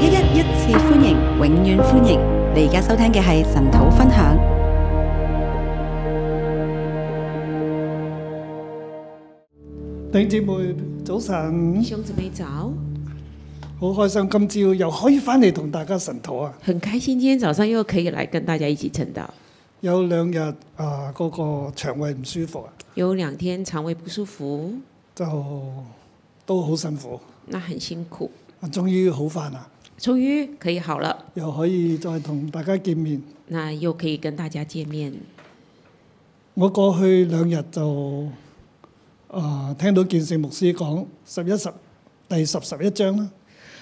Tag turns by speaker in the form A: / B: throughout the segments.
A: 一一一次歡迎，永遠歡迎！你而家收聽嘅係神土分享。
B: 弟兄姊妹，早晨
C: 弟，兄姊妹早，
B: 好開心今朝又可以翻嚟同大家神討啊！
C: 很开心今天早上又可以来跟大家一起晨祷。
B: 有兩日啊，嗰、個腸胃唔舒服啊，
C: 有两天肠胃不舒服，
B: 就都好辛苦，
C: 那很辛苦，
B: 終於好翻啦，
C: 终于可以好了，
B: 又可以再同大家見面。
C: 那又可以跟大家见面。
B: 我過去兩日就啊聽到建聖牧師講十一十第十十一章啦，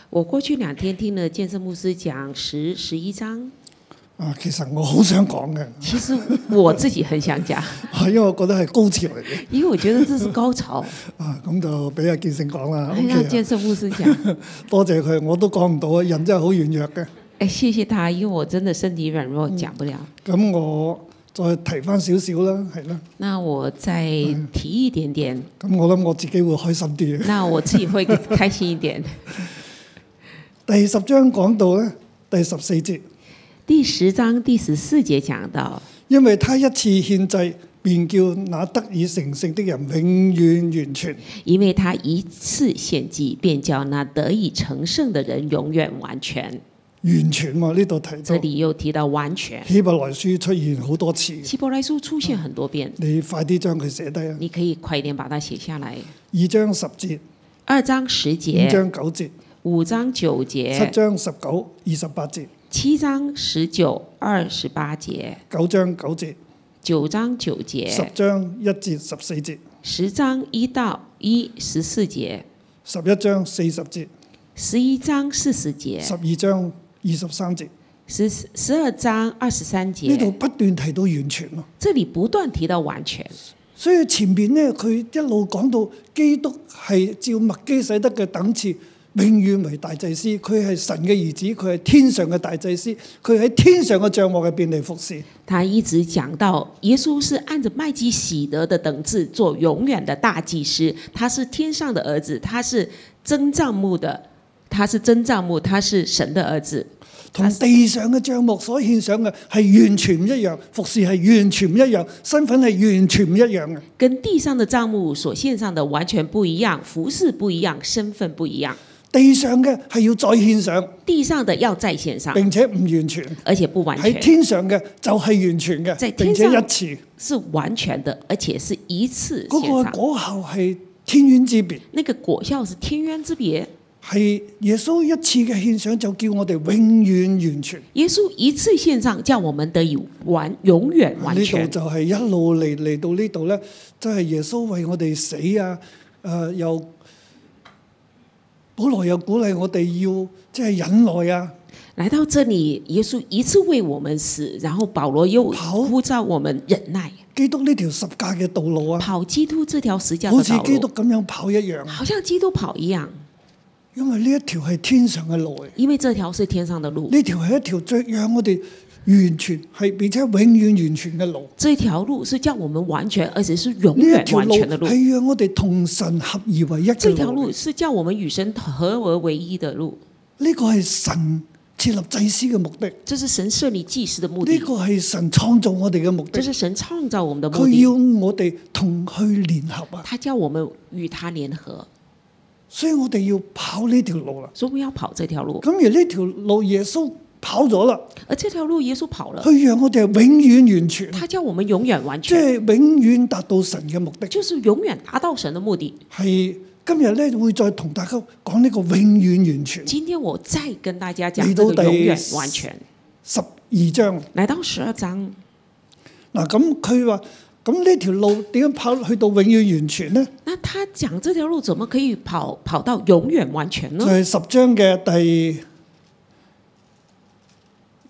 C: 我过去两天听了建设牧师讲十十一章，
B: 啊其實我好想講嘅，啊
C: 其实我自己很想讲，
B: 因為我覺得係高潮嚟嘅，
C: 因为我觉得这是高 潮，
B: 啊咁就俾阿建聖講啦。
C: 哎让
B: OK 啊
C: 建设牧师讲。
B: 多謝佢，我都講唔到啊，人真係好軟弱嘅。
C: 哎，谢谢他，因为我真的身体软弱，讲不了。
B: 咁我再提翻少少啦，係啦。
C: 那我再提一点点，
B: 咁我諗我自己會開心啲嘅。
C: 那我自己会开心一点。
B: 第十章講到咧，第十四節，
C: 第十章第十四節讲到，
B: 因為他一次獻祭，便叫那得以成聖的人永遠完全。
C: 因为他一次献祭，便叫那得以成圣的人永远完全。
B: 完全喎、呢度提
C: 这
B: 到
C: 里又提到完全，
B: 希伯來書出現好多次，
C: 希伯来书出现很多遍，
B: 你快啲將佢寫低啊！
C: 你可以快一点把它写下来。
B: 二章十節，
C: 二章十
B: 五
C: 节，
B: 章九節，
C: 五章九
B: 七
C: 节，
B: 章十九、二十八節，
C: 七章十九、二十八节，
B: 九章九節，
C: 九章九
B: 十
C: 节，
B: 章一節十四節，
C: 十章一到一十四节，
B: 十一章四十節，
C: 十一章四十节，
B: 十二章二十三節。
C: 十十二章二十三
B: 呢度
C: 节，
B: 不斷提到完全咯，
C: 这里不断提到完全。
B: 所以前面呢，佢一路講到基督係照麥基洗德嘅等次，永遠為大祭司。佢係神嘅兒子，佢係天上嘅大祭司，佢喺天上嘅帳幕入邊嚟服侍。
C: 他一直讲到，耶稣是按着麦基喜德的等次做永远的大祭司，他是天上的儿子，他是真帐幕的，他是真帐幕，他是神的儿子，
B: 同地上嘅帳幕所獻上嘅係完全唔一樣，服侍係完全唔一樣，身份係完全唔一樣嘅。
C: 跟地上的帐幕所献上的完全不一样，服饰不一样，身份不一样。
B: 地上嘅係要再獻上，
C: 地上的要在线上，
B: 並且唔完全；
C: 而且不完
B: 喺
C: 全，
B: 天上嘅就係完全
C: 在
B: 嘅，並
C: 天
B: 且
C: 上
B: 一次。
C: 是完全的，而且是一次
B: 嗰、
C: 献
B: 個
C: 上。
B: 果效係天淵之別。
C: 那个果效是天渊之别。
B: 係耶穌一次嘅獻上就叫我哋永遠完全。
C: 耶稣一次献上，叫我们得以完永远
B: 呢
C: 完
B: 度
C: 全。
B: 就係一路嚟嚟到呢度咧，真係耶穌為我哋死啊！誒、又保羅又鼓勵我哋要即係忍耐啊，
C: 来到这里，耶稣一次为我们死，然后保罗又
B: 好
C: 呼召我们忍耐，
B: 基督呢條十架嘅道路啊，
C: 跑基督这条十字架
B: 好
C: 的
B: 似
C: 道
B: 基督
C: 路，
B: 咁樣跑一樣。
C: 好像基督跑一样，
B: 因為呢一條係天上嘅路嚟，
C: 因为这條是天上的路，
B: 呢條係一條最讓我哋完全係並且永遠完全嘅路。
C: 这条路是叫我们完全，而且是永
B: 呢一
C: 远
B: 條
C: 完
B: 路
C: 全的路。
B: 係讓我哋同神合而為一
C: 这
B: 嘅
C: 条
B: 路嚟。
C: 路是叫我们与神合而为一的路，
B: 呢個係神設立祭司嘅目的，呢
C: 这是神设立祭司的目
B: 個
C: 的，
B: 係神創造我哋嘅目
C: 这
B: 的。
C: 是神创造我们的目
B: 佢要
C: 的。
B: 我哋同去聯合啊，
C: 他叫我们与他联合，
B: 所以我哋要跑呢條路啦。
C: 所以我们要跑这条路。
B: 咁而呢條路耶穌跑咗啦，
C: 而这条路耶稣跑了，
B: 佢讓我哋係永遠完全，
C: 他叫我们永远完
B: 即
C: 全，
B: 係永遠達到神嘅目的。
C: 就是永远达到神的目的。
B: 係今日咧會再同大家講呢個永遠完全
C: 今天我再跟大家讲
B: 你
C: 这
B: 都
C: 个永远
B: 得
C: 完全，
B: 十二章
C: 来到十二章，
B: 嗱。咁佢話：咁呢條路點樣跑去到永遠完全呢？
C: 那他讲这条路怎么可以跑跑到永远完全
B: 就
C: 呢？
B: 係十章嘅第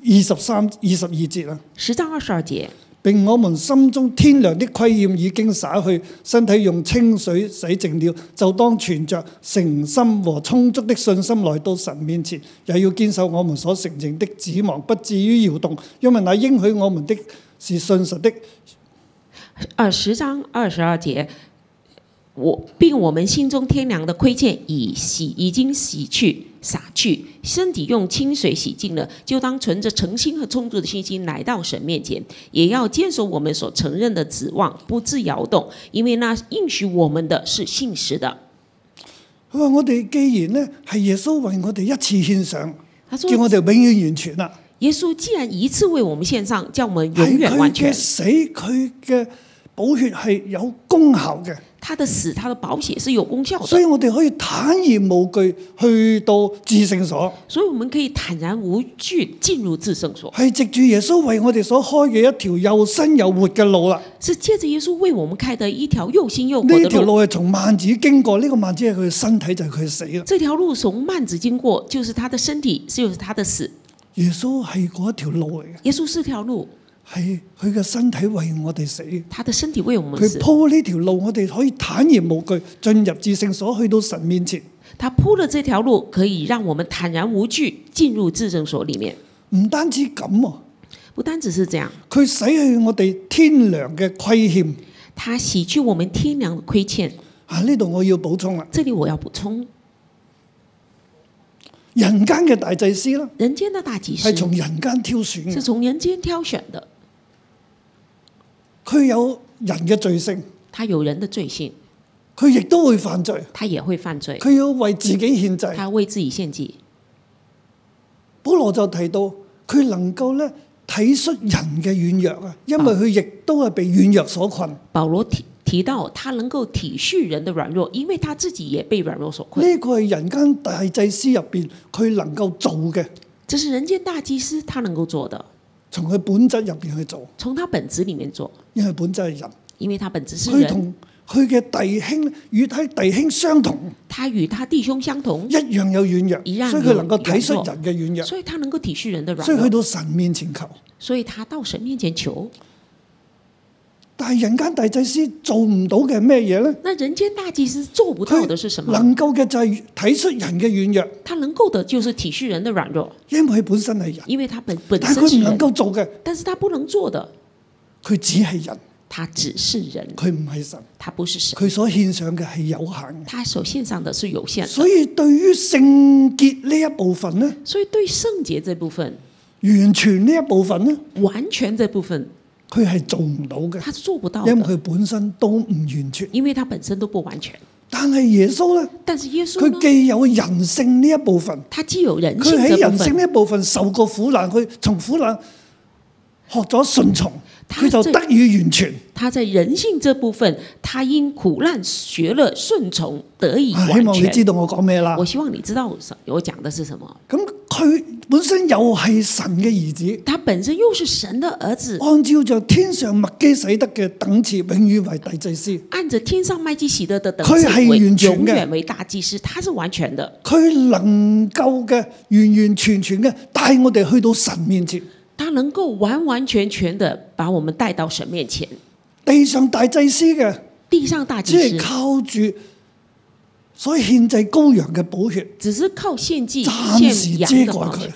B: 二十三、二十二節啦。
C: 十章二十二节，
B: 並我們心中天良的虧欠已經灑去，身體用清水洗淨了，就當存着誠心和充足的信心來到神面前，也要堅守我們所承認的指望，不至於搖動，因為那應許我們的是信實的。
C: 呃二十章二十二节，我并我们心中天良的亏欠已洗，已经洗去、洒去，身体用清水洗净了，就当存着诚心和充足的信心来到神面前，也要坚守我们所承认的指望，不致摇动，因为那应许我们的是信实的。
B: 佢話：我哋既然咧係耶穌為我哋一次獻上，
C: 他
B: 叫我
C: 说
B: 哋永遠完全啦，：“
C: 耶穌既然一次为我们獻上，叫我们永
B: 係
C: 远
B: 佢
C: 完
B: 嘅
C: 全。
B: 死，佢嘅寶血係有功效嘅，
C: 他的死，他的保险是有功效
B: 所
C: 的，
B: 以我哋可以坦然無懼去到至聖所，
C: 所以我们可以坦然無懼進入至聖所，
B: 係藉住耶穌為我哋所開嘅一條又新又活嘅路啦。
C: 是借着耶穌為我們開的一條又新又活
B: 呢
C: 的
B: 條
C: 路。
B: 路係從幔子經過，呢、個幔子係佢嘅身體，就係佢嘅死啦。
C: 这条路從幔子經過，就是他的身體，就是他的死。
B: 耶穌係嗰一條路嚟嘅，
C: 耶穌是條路，
B: 係佢嘅身體為我哋死。
C: 他的身體為我們
B: 佢
C: 死。
B: 鋪呢條路，我哋可以坦然無懼進入至聖所，去到神面前。
C: 他鋪了這條路，可以讓我們坦然無懼進入至聖所裡面。
B: 唔單止咁喎，
C: 不單只是這樣，
B: 佢洗去我哋天良嘅虧欠。
C: 他洗去我們天良的虧欠。
B: 啊，呢度我要補充啦，
C: 這裡我要補充，
B: 人間嘅大祭司啦，
C: 人間的大祭司
B: 係從人間挑選
C: 是
B: 嘅，
C: 從人間挑選的，
B: 佢有人嘅罪性，
C: 他有人的罪性，
B: 佢亦都會犯罪，
C: 他也會犯罪。
B: 佢要為自己獻祭。
C: 他为自己献祭。
B: 保羅就提到佢能夠咧體恤人嘅軟弱啊，因為佢亦都係被軟弱所困。呢
C: 保罗提提到，他能够体恤人的软弱，因为他自己也被软弱所困。
B: 個係人間大祭司入邊佢能夠做嘅，
C: 这是人间大祭司他能够做的，
B: 從佢本質入邊去做，
C: 从他本质里面做，
B: 因為本質係人。
C: 因为他本质是
B: 佢
C: 人，
B: 同佢嘅弟兄咧與他弟兄相同，
C: 他与他弟兄相同
B: 一，樣有軟
C: 一
B: 弱，
C: 樣有
B: 所以佢能夠體恤人嘅軟弱，
C: 所以他能够体恤人的软
B: 所以去
C: 弱，
B: 到神面前求。
C: 所以他到神面前求。
B: 但係人間大祭司做唔到嘅係咩嘢咧？
C: 那人间大祭司做不到的是什
B: 佢
C: 么？
B: 能夠嘅就係體恤人嘅軟弱，
C: 他能够的就是体恤人的软弱，
B: 因為佢本身係人，
C: 因为他本本
B: 但係
C: 身
B: 佢
C: 是
B: 唔能
C: 人，
B: 夠做嘅，
C: 但是他不能做的，
B: 佢只係人。
C: 他只是人，
B: 佢唔係神，
C: 他不是神，
B: 佢所獻上嘅係有限
C: 他所献上的是有限
B: 嘅。
C: 的。
B: 所以對於聖潔呢一部分呢，
C: 所以对圣洁这部分，
B: 完全呢一部分呢，
C: 完全这部分
B: 佢係做唔到嘅，
C: 他是做不到
B: 因為
C: 的，
B: 佢本身都唔完全。
C: 因为他本身都不完全。
B: 但係耶穌呢，
C: 但是耶稣
B: 佢
C: 呢，
B: 既有人性呢一部分，
C: 他既有人
B: 佢
C: 性
B: 喺
C: 这部
B: 人性
C: 分，
B: 呢一部分受過苦難，佢從苦難學咗順從，
C: 他
B: 佢就
C: 最
B: 得以完全。
C: 他在人性这部分，他因苦难学了顺从，得以
B: 啊希
C: 完
B: 望你啊知
C: 全。
B: 道我講咩啦
C: 我。希望你知道我我讲的是什么。
B: 咁佢本身又係神嘅兒子。
C: 他本身又是神的儿子，
B: 按照着天上麥基洗德嘅等次，永遠為大祭司。
C: 按着天上麦基喜德的等
B: 佢
C: 次
B: 係
C: 为
B: 完全嘅
C: 永远为大祭司，他是完全的，
B: 佢能夠嘅完完全全嘅帶我哋去到神面前。
C: 他能够完完全全的把我们带到神面前。
B: 地上大祭司嘅
C: 地上大
B: 只
C: 祭
B: 係
C: 司
B: 靠住所獻祭羔羊嘅寶血，
C: 只是靠献祭
B: 暫時
C: 献
B: 遮
C: 羊的
B: 蓋
C: 宝
B: 佢
C: 血，。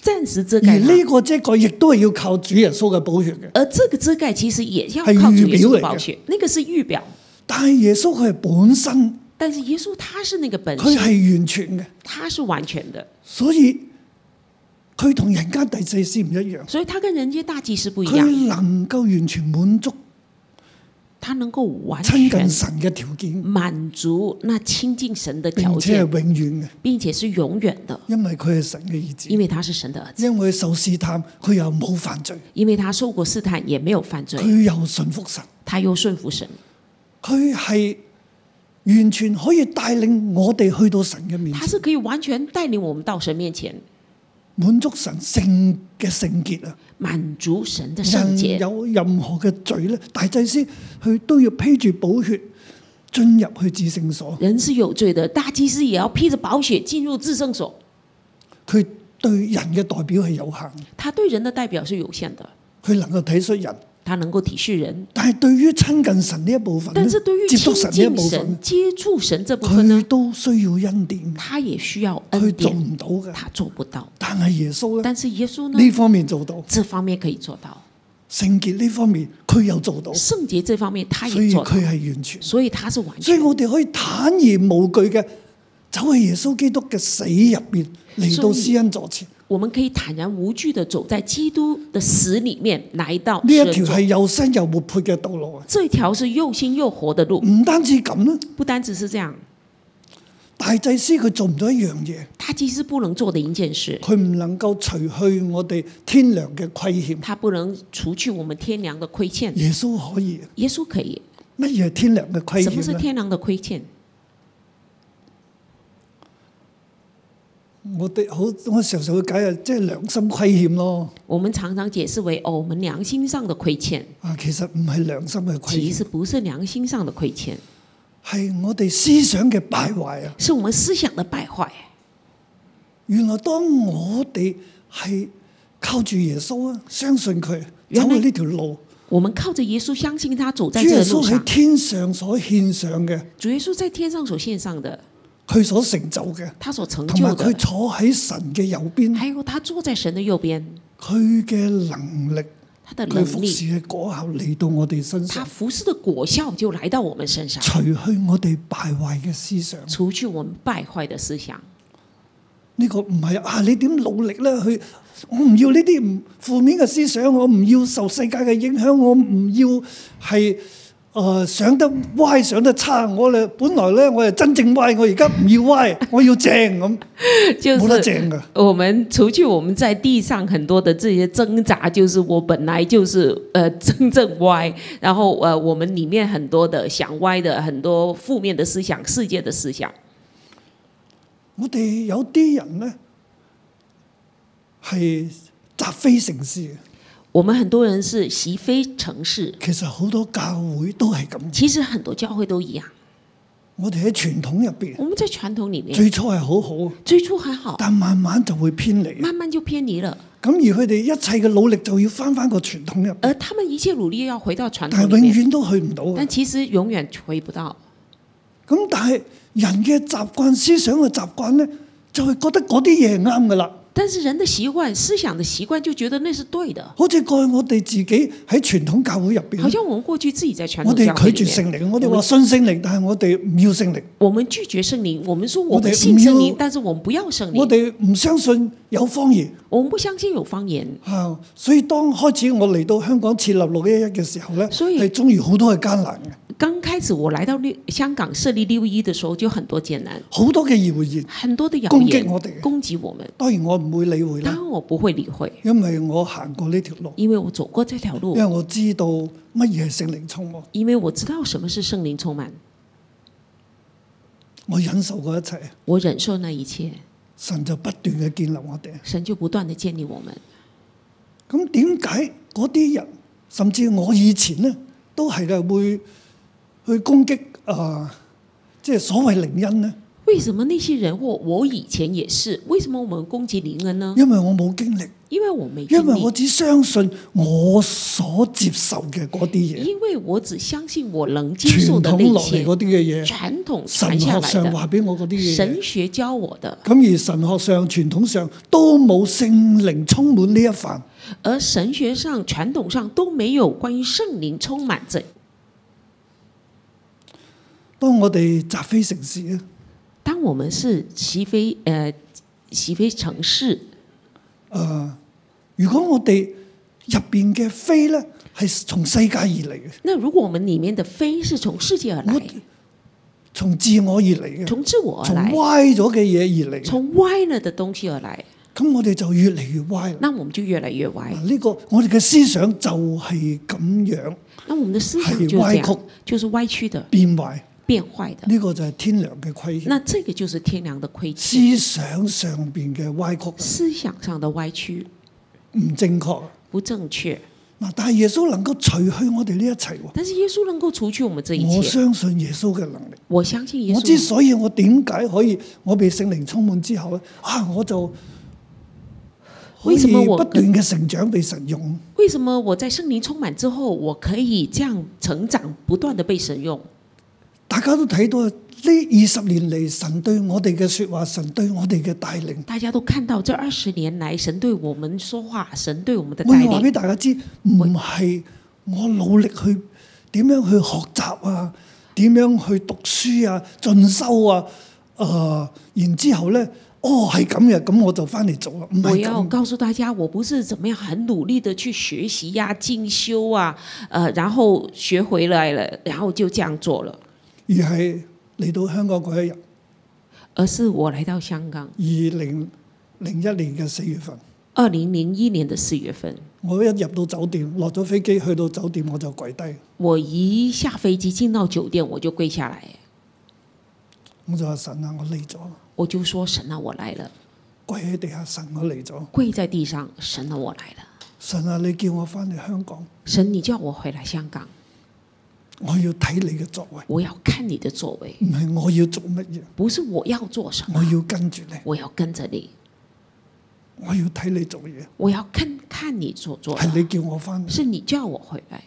C: 暂时遮
B: 而
C: 盖它
B: 呢個遮蓋亦都係要靠主耶穌嘅寶血嘅。
C: 而这个遮盖其实也要
B: 还有
C: 靠
B: 预
C: 主耶
B: 表
C: 稣
B: 来
C: 的宝
B: 着
C: 血，那个是预表。
B: 但係耶穌佢係本身，
C: 但是耶稣他是那个本
B: 佢
C: 身，
B: 係完全嘅，
C: 他是完全的，
B: 所以佢同人間大祭司唔一樣。
C: 所以他跟人间大祭司不一样，
B: 佢能夠完全滿足
C: 他能够完
B: 親近
C: 全
B: 神嘅條件。
C: 满足那亲近神的条
B: 並且
C: 件，
B: 係永遠嘅，
C: 并且是永远的，
B: 因為佢係神嘅兒
C: 因
B: 子。
C: 为他是神的儿子，
B: 因為佢受試探，佢又冇犯罪，
C: 因为他受过试探也没有犯罪，
B: 佢又信服神，
C: 他又顺服神，
B: 佢係完全可以帶領我哋去到神嘅面
C: 他
B: 前，
C: 是可以完全带领我们到神面前，
B: 滿足神聖嘅聖潔啊！
C: 满足神的圣
B: 人
C: 洁。
B: 有任何嘅罪咧，大祭司佢都要披住寶血進入去至聖所，
C: 人是有罪的，大祭司也要披着宝血进入至圣所，
B: 佢對人嘅代表係有限，
C: 他对人的代表是有限的。
B: 佢能夠體恤人，
C: 他能够体恤人，
B: 但係對於親近神呢一部分呢，
C: 但是对于
B: 嗯接
C: 亲
B: 觸神呢一
C: 近
B: 部
C: 神
B: 分、，
C: 接触神这部分
B: 佢
C: 呢，
B: 都需要恩典嘅。
C: 他也需要恩
B: 佢做
C: 典，
B: 唔到嘅，
C: 他做不到。
B: 但係耶穌咧
C: 但是耶稣呢，
B: 呢方面做到，
C: 这方面可以做到，
B: 聖潔呢方面佢又做到，所
C: 圣洁这方面他也
B: 哦以
C: 做到，
B: 佢係完全。
C: 所以他是完
B: 所以
C: 全。
B: 我哋可以坦然無懼嘅走去耶穌基督嘅死入邊，嚟到
C: 所以哦
B: 施恩座前。
C: 我们可以坦然无惧的走在基督的死里面，来到
B: 呢一
C: 神
B: 條
C: 座
B: 係又新又活潑嘅道路啊！
C: 这条是又新又活的路，
B: 唔單止咁啦，
C: 不单只是这样，
B: 大祭司佢做唔到一樣嘢，
C: 他其实不能做的一件事，
B: 佢唔能夠除去我哋天良嘅虧欠。
C: 他不能除去我们天良的亏欠。
B: 耶穌可以，
C: 耶稣可以，
B: 乜嘢係天良嘅虧
C: 什么是
B: 欠咧？
C: 天良的亏欠？
B: 我哋好，我常常會解啊，即係良心虧欠咯。
C: 我们常常解释为哦，我们良心上的亏欠，
B: 啊，其實唔係良心嘅虧
C: 其
B: 欠，
C: 实不是良心上的亏欠，
B: 係我哋思想嘅敗壞啊！
C: 是我们思想的败坏。
B: 原來當我哋係靠住耶穌啊，相信佢
C: 原
B: 走
C: 來
B: 去呢條路，
C: 我们靠着耶稣，相信他走
B: 主
C: 在这
B: 耶
C: 个
B: 穌
C: 路
B: 喺
C: 上。
B: 天上所獻上嘅，
C: 主耶稣在天上所献上的，
B: 佢所成就嘅，
C: 他所成
B: 同埋
C: 就
B: 佢
C: 的，
B: 坐喺神嘅右邊，
C: 还有他坐在神的右边，
B: 佢嘅能力，
C: 他的
B: 佢
C: 能
B: 服侍嘅
C: 力，
B: 果效嚟到我哋身
C: 他
B: 上，
C: 服侍的果效就来到我们身上，
B: 除去我哋敗壞嘅思想。
C: 除去我们败坏的思想。
B: 呢、個唔係啊！你點努力咧？去我唔要呢啲唔負面嘅思想，我唔要受世界嘅影響，我唔要係誒、呃想得歪、想得差。我咧本來咧我係真正歪，我而家唔要 歪，我要正咁，
C: 就
B: 冇得
C: 是
B: 正噶。
C: 我们除去我们在地上很多的这些挣扎，就是我本来就是呃 真正歪，然后呃我们里面很多的想歪的很多负面的思想、世界的思想。
B: 我哋有啲人咧係習非成是嘅，
C: 我们很多人是习非成是，
B: 其實好多教會都係咁。
C: 其实很多教会都一样。
B: 我哋喺傳統入邊
C: 我们在传统里面
B: 最初係好好，
C: 最初还好，
B: 但慢慢就會偏離。
C: 慢慢就偏离了，
B: 咁而佢哋一切嘅努力就要翻翻個傳統入邊。
C: 而他们一切努力要回到传
B: 但
C: 统
B: 係
C: 里
B: 永
C: 面，
B: 遠都去唔到嘅
C: 但其实永远回不到。
B: 咁但係人嘅習慣、思想嘅習慣咧，就係覺得嗰啲嘢係啱噶啦。
C: 但是人的习惯、思想的习惯就觉得那是对的，
B: 好似過去我哋自己喺傳統教會入
C: 好
B: 邊，
C: 像我们过去自己在传
B: 我
C: 统
B: 哋
C: 教会
B: 拒
C: 里
B: 絕
C: 面，
B: 聖靈，我哋話信聖靈，但係我哋唔要聖靈，
C: 我们拒绝圣灵，我们说我
B: 我
C: 们
B: 哋
C: 信
B: 唔要
C: 圣灵，但是我们不要圣
B: 我
C: 灵，
B: 哋唔相信有方言
C: 我们不相信有方言，
B: 啊。所以當開始我嚟到香港設立六一一嘅時候咧，
C: 所以
B: 係中遇好多嘅艱難嘅，
C: 刚开始我来到六香港设立六一的时候，就很多艰难，
B: 好多嘅謠言。
C: 很多的谣
B: 攻
C: 言
B: 击我哋
C: 攻击我们。
B: 當然我唔會理會
C: 当
B: 啦，
C: 然我不会理会，
B: 因為我行過呢條路，
C: 因为我走过这条
B: 因
C: 路，
B: 為我知道乜嘢係聖靈充滿，
C: 因为我知道什么是圣灵充满，
B: 我忍受過一切。
C: 我忍受那一切，
B: 神就不斷嘅建立我哋。
C: 神就不断的建立我们。
B: 咁點解嗰啲人，甚至我以前咧，都係嘅會去攻擊啊、即係所謂靈恩咧？
C: 为什么那些人或我以前也是？为什么我们攻击灵恩呢？
B: 因為我冇經歷，
C: 因为我没嗯经
B: 因為我
C: 历，
B: 只相信我所接受嘅嗰啲嘢，
C: 因为我只相信我能接受
B: 傳
C: 的
B: 統
C: 那
B: 落嚟
C: 些
B: 嗰啲嘅嘢，
C: 传统
B: 神
C: 传下
B: 學
C: 来
B: 上
C: 的，
B: 話俾我嗰啲嘅嘢
C: 神。学教我的，
B: 咁而神學上、傳統上都冇聖靈充滿呢一份，
C: 而神学上、传统上都没有关于圣灵充满这。
B: 當我哋習非成啊是咧，
C: 当我们是习非呃习非成是，
B: 如果我哋入邊嘅非咧係從世界而嚟嘅，
C: 那如果我们里面的非是从世界而
B: 我
C: 来，
B: 從自我而嚟嘅，
C: 从自我而
B: 從
C: 来，
B: 歪咗嘅嘢而嚟嘅，
C: 从歪了的东西而来，
B: 咁我哋就越嚟越歪啦。
C: 那我们就越来越歪。
B: 嗱，呢個我哋嘅思想就係咁樣
C: 那我们的思想
B: 是
C: 就是这
B: 歪曲
C: 样，就是歪曲的、
B: 變壞，
C: 变坏的。
B: 呢、個就係天良嘅虧欠，
C: 那这个就是天良的亏欠，
B: 思想上邊嘅歪曲
C: 思想上的歪曲、
B: 唔正確。
C: 不正确。
B: 嗱，但係耶穌能夠除去我哋呢一切喎，
C: 但是耶稣能够除去我们这一
B: 我
C: 切，
B: 相信耶穌嘅能力。
C: 我相信耶
B: 我之
C: 稣。
B: 所以我點解可以我被聖靈充滿之後咧，啊我就可
C: 為什
B: 以
C: 麼我
B: 不斷嘅成長被神用，
C: 为什么我在圣灵充满之后，我可以这样成长，不断的被神用？
B: 大家都睇到呢二十年嚟，神對我哋嘅说話，神對我哋嘅帶領，
C: 大家都看到这二十年来，神对我们说话，神对我们的
B: 我
C: 带
B: 要話俾
C: 领，
B: 大家知，唔係我努力去點樣去學習啊，點樣去讀書啊，進修啊，诶、然之后咧，哦係咁嘅，咁我就翻嚟做啦，唔
C: 我
B: 係
C: 要
B: 咁。
C: 告诉大家，我不是怎么样很努力的去学习呀、进修啊，呃，然后学回来了，然后就这样做了，
B: 而係嚟到香港嗰一日，
C: 而是我来到香港，
B: 二零零一年嘅四月份，
C: 二零零一年的四月份，
B: 我一入到酒店，落咗飛機去到酒店我就跪低，
C: 我一下飞机进到酒店，我就跪下来，
B: 我就話神啊，我嚟咗，
C: 我就说：“神啊，我来了。
B: 跪喺地下，神我嚟咗，”
C: 跪在地上，神啊，我来了。
B: 神啊，你叫我翻嚟香港，
C: 神，你叫我回来香港，
B: 我要睇你嘅作為，
C: 我要看你的作为，
B: 唔係我要做乜嘢，
C: 不是我要做什
B: 我
C: 么，
B: 要跟住你，
C: 我要跟着你，
B: 我要睇你做嘢，
C: 我要看看你所做
B: 係
C: 的，
B: 你叫我翻嚟。
C: 是你叫我回来。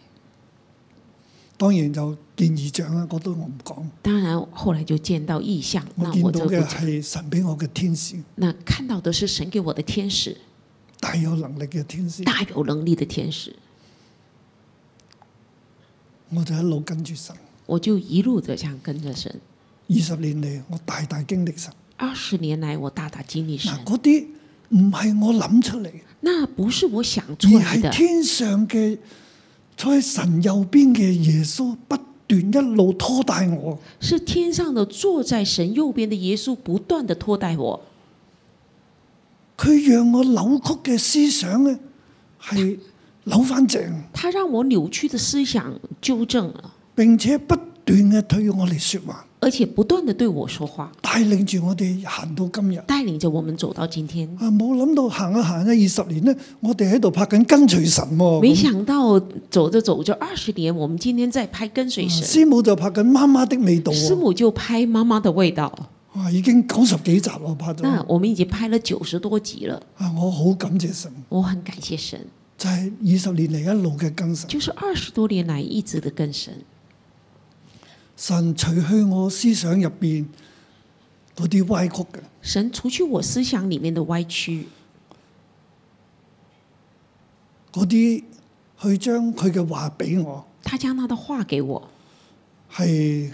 B: 當然就見異象啦，嗰度我唔講，
C: 当然，后来就见到异象，
B: 我
C: 那
B: 見
C: 我
B: 到
C: 就不
B: 嘅
C: 讲。
B: 係神俾我嘅天使，
C: 那看到的是神给我的天使，
B: 大有能力嘅天使，
C: 大有能力的天使，
B: 我就一路跟住神。
C: 我就一路的这样跟着神。
B: 二十年嚟，我大大經歷神。
C: 二十年来，我大大经历神
B: 嗱，，嗰啲唔係我諗出嚟，
C: 那不是我想
B: 而
C: 出来
B: 係
C: 的，
B: 天上嘅坐喺神右邊嘅耶穌不斷一路拖帶我。
C: 是天上的坐在神右边的耶稣不断的拖带我，
B: 佢讓我扭曲嘅思想咧，係扭翻正，
C: 他让我扭曲的思想纠正了，
B: 並且不斷嘅對我嚟说話，
C: 而且不断的对我说话，
B: 帶領住我哋行到今日。
C: 带领着我们走到今天。
B: 啊，冇諗到行一行咧，二十年咧，我哋喺度拍緊跟隨神
C: 没
B: 喎、
C: 想到走着走着二十年，我们今天在拍跟随神，
B: 師母就拍緊媽嗯媽的味道
C: 师
B: 喎、
C: 母就拍《妈妈的味道》，
B: 啊，已經九十幾集咯，拍咗。
C: 那我们已经拍了九十多集了，
B: 啊，我好感謝神，
C: 我很感谢神，
B: 就係二十年嚟一路嘅跟神。
C: 就是二十多年来一直的跟神，
B: 神除去我思想入邊嗰啲歪曲嘅，
C: 神除去我思想里面的歪曲，
B: 嗰啲去將佢嘅話俾我，
C: 他将他的话给我，
B: 係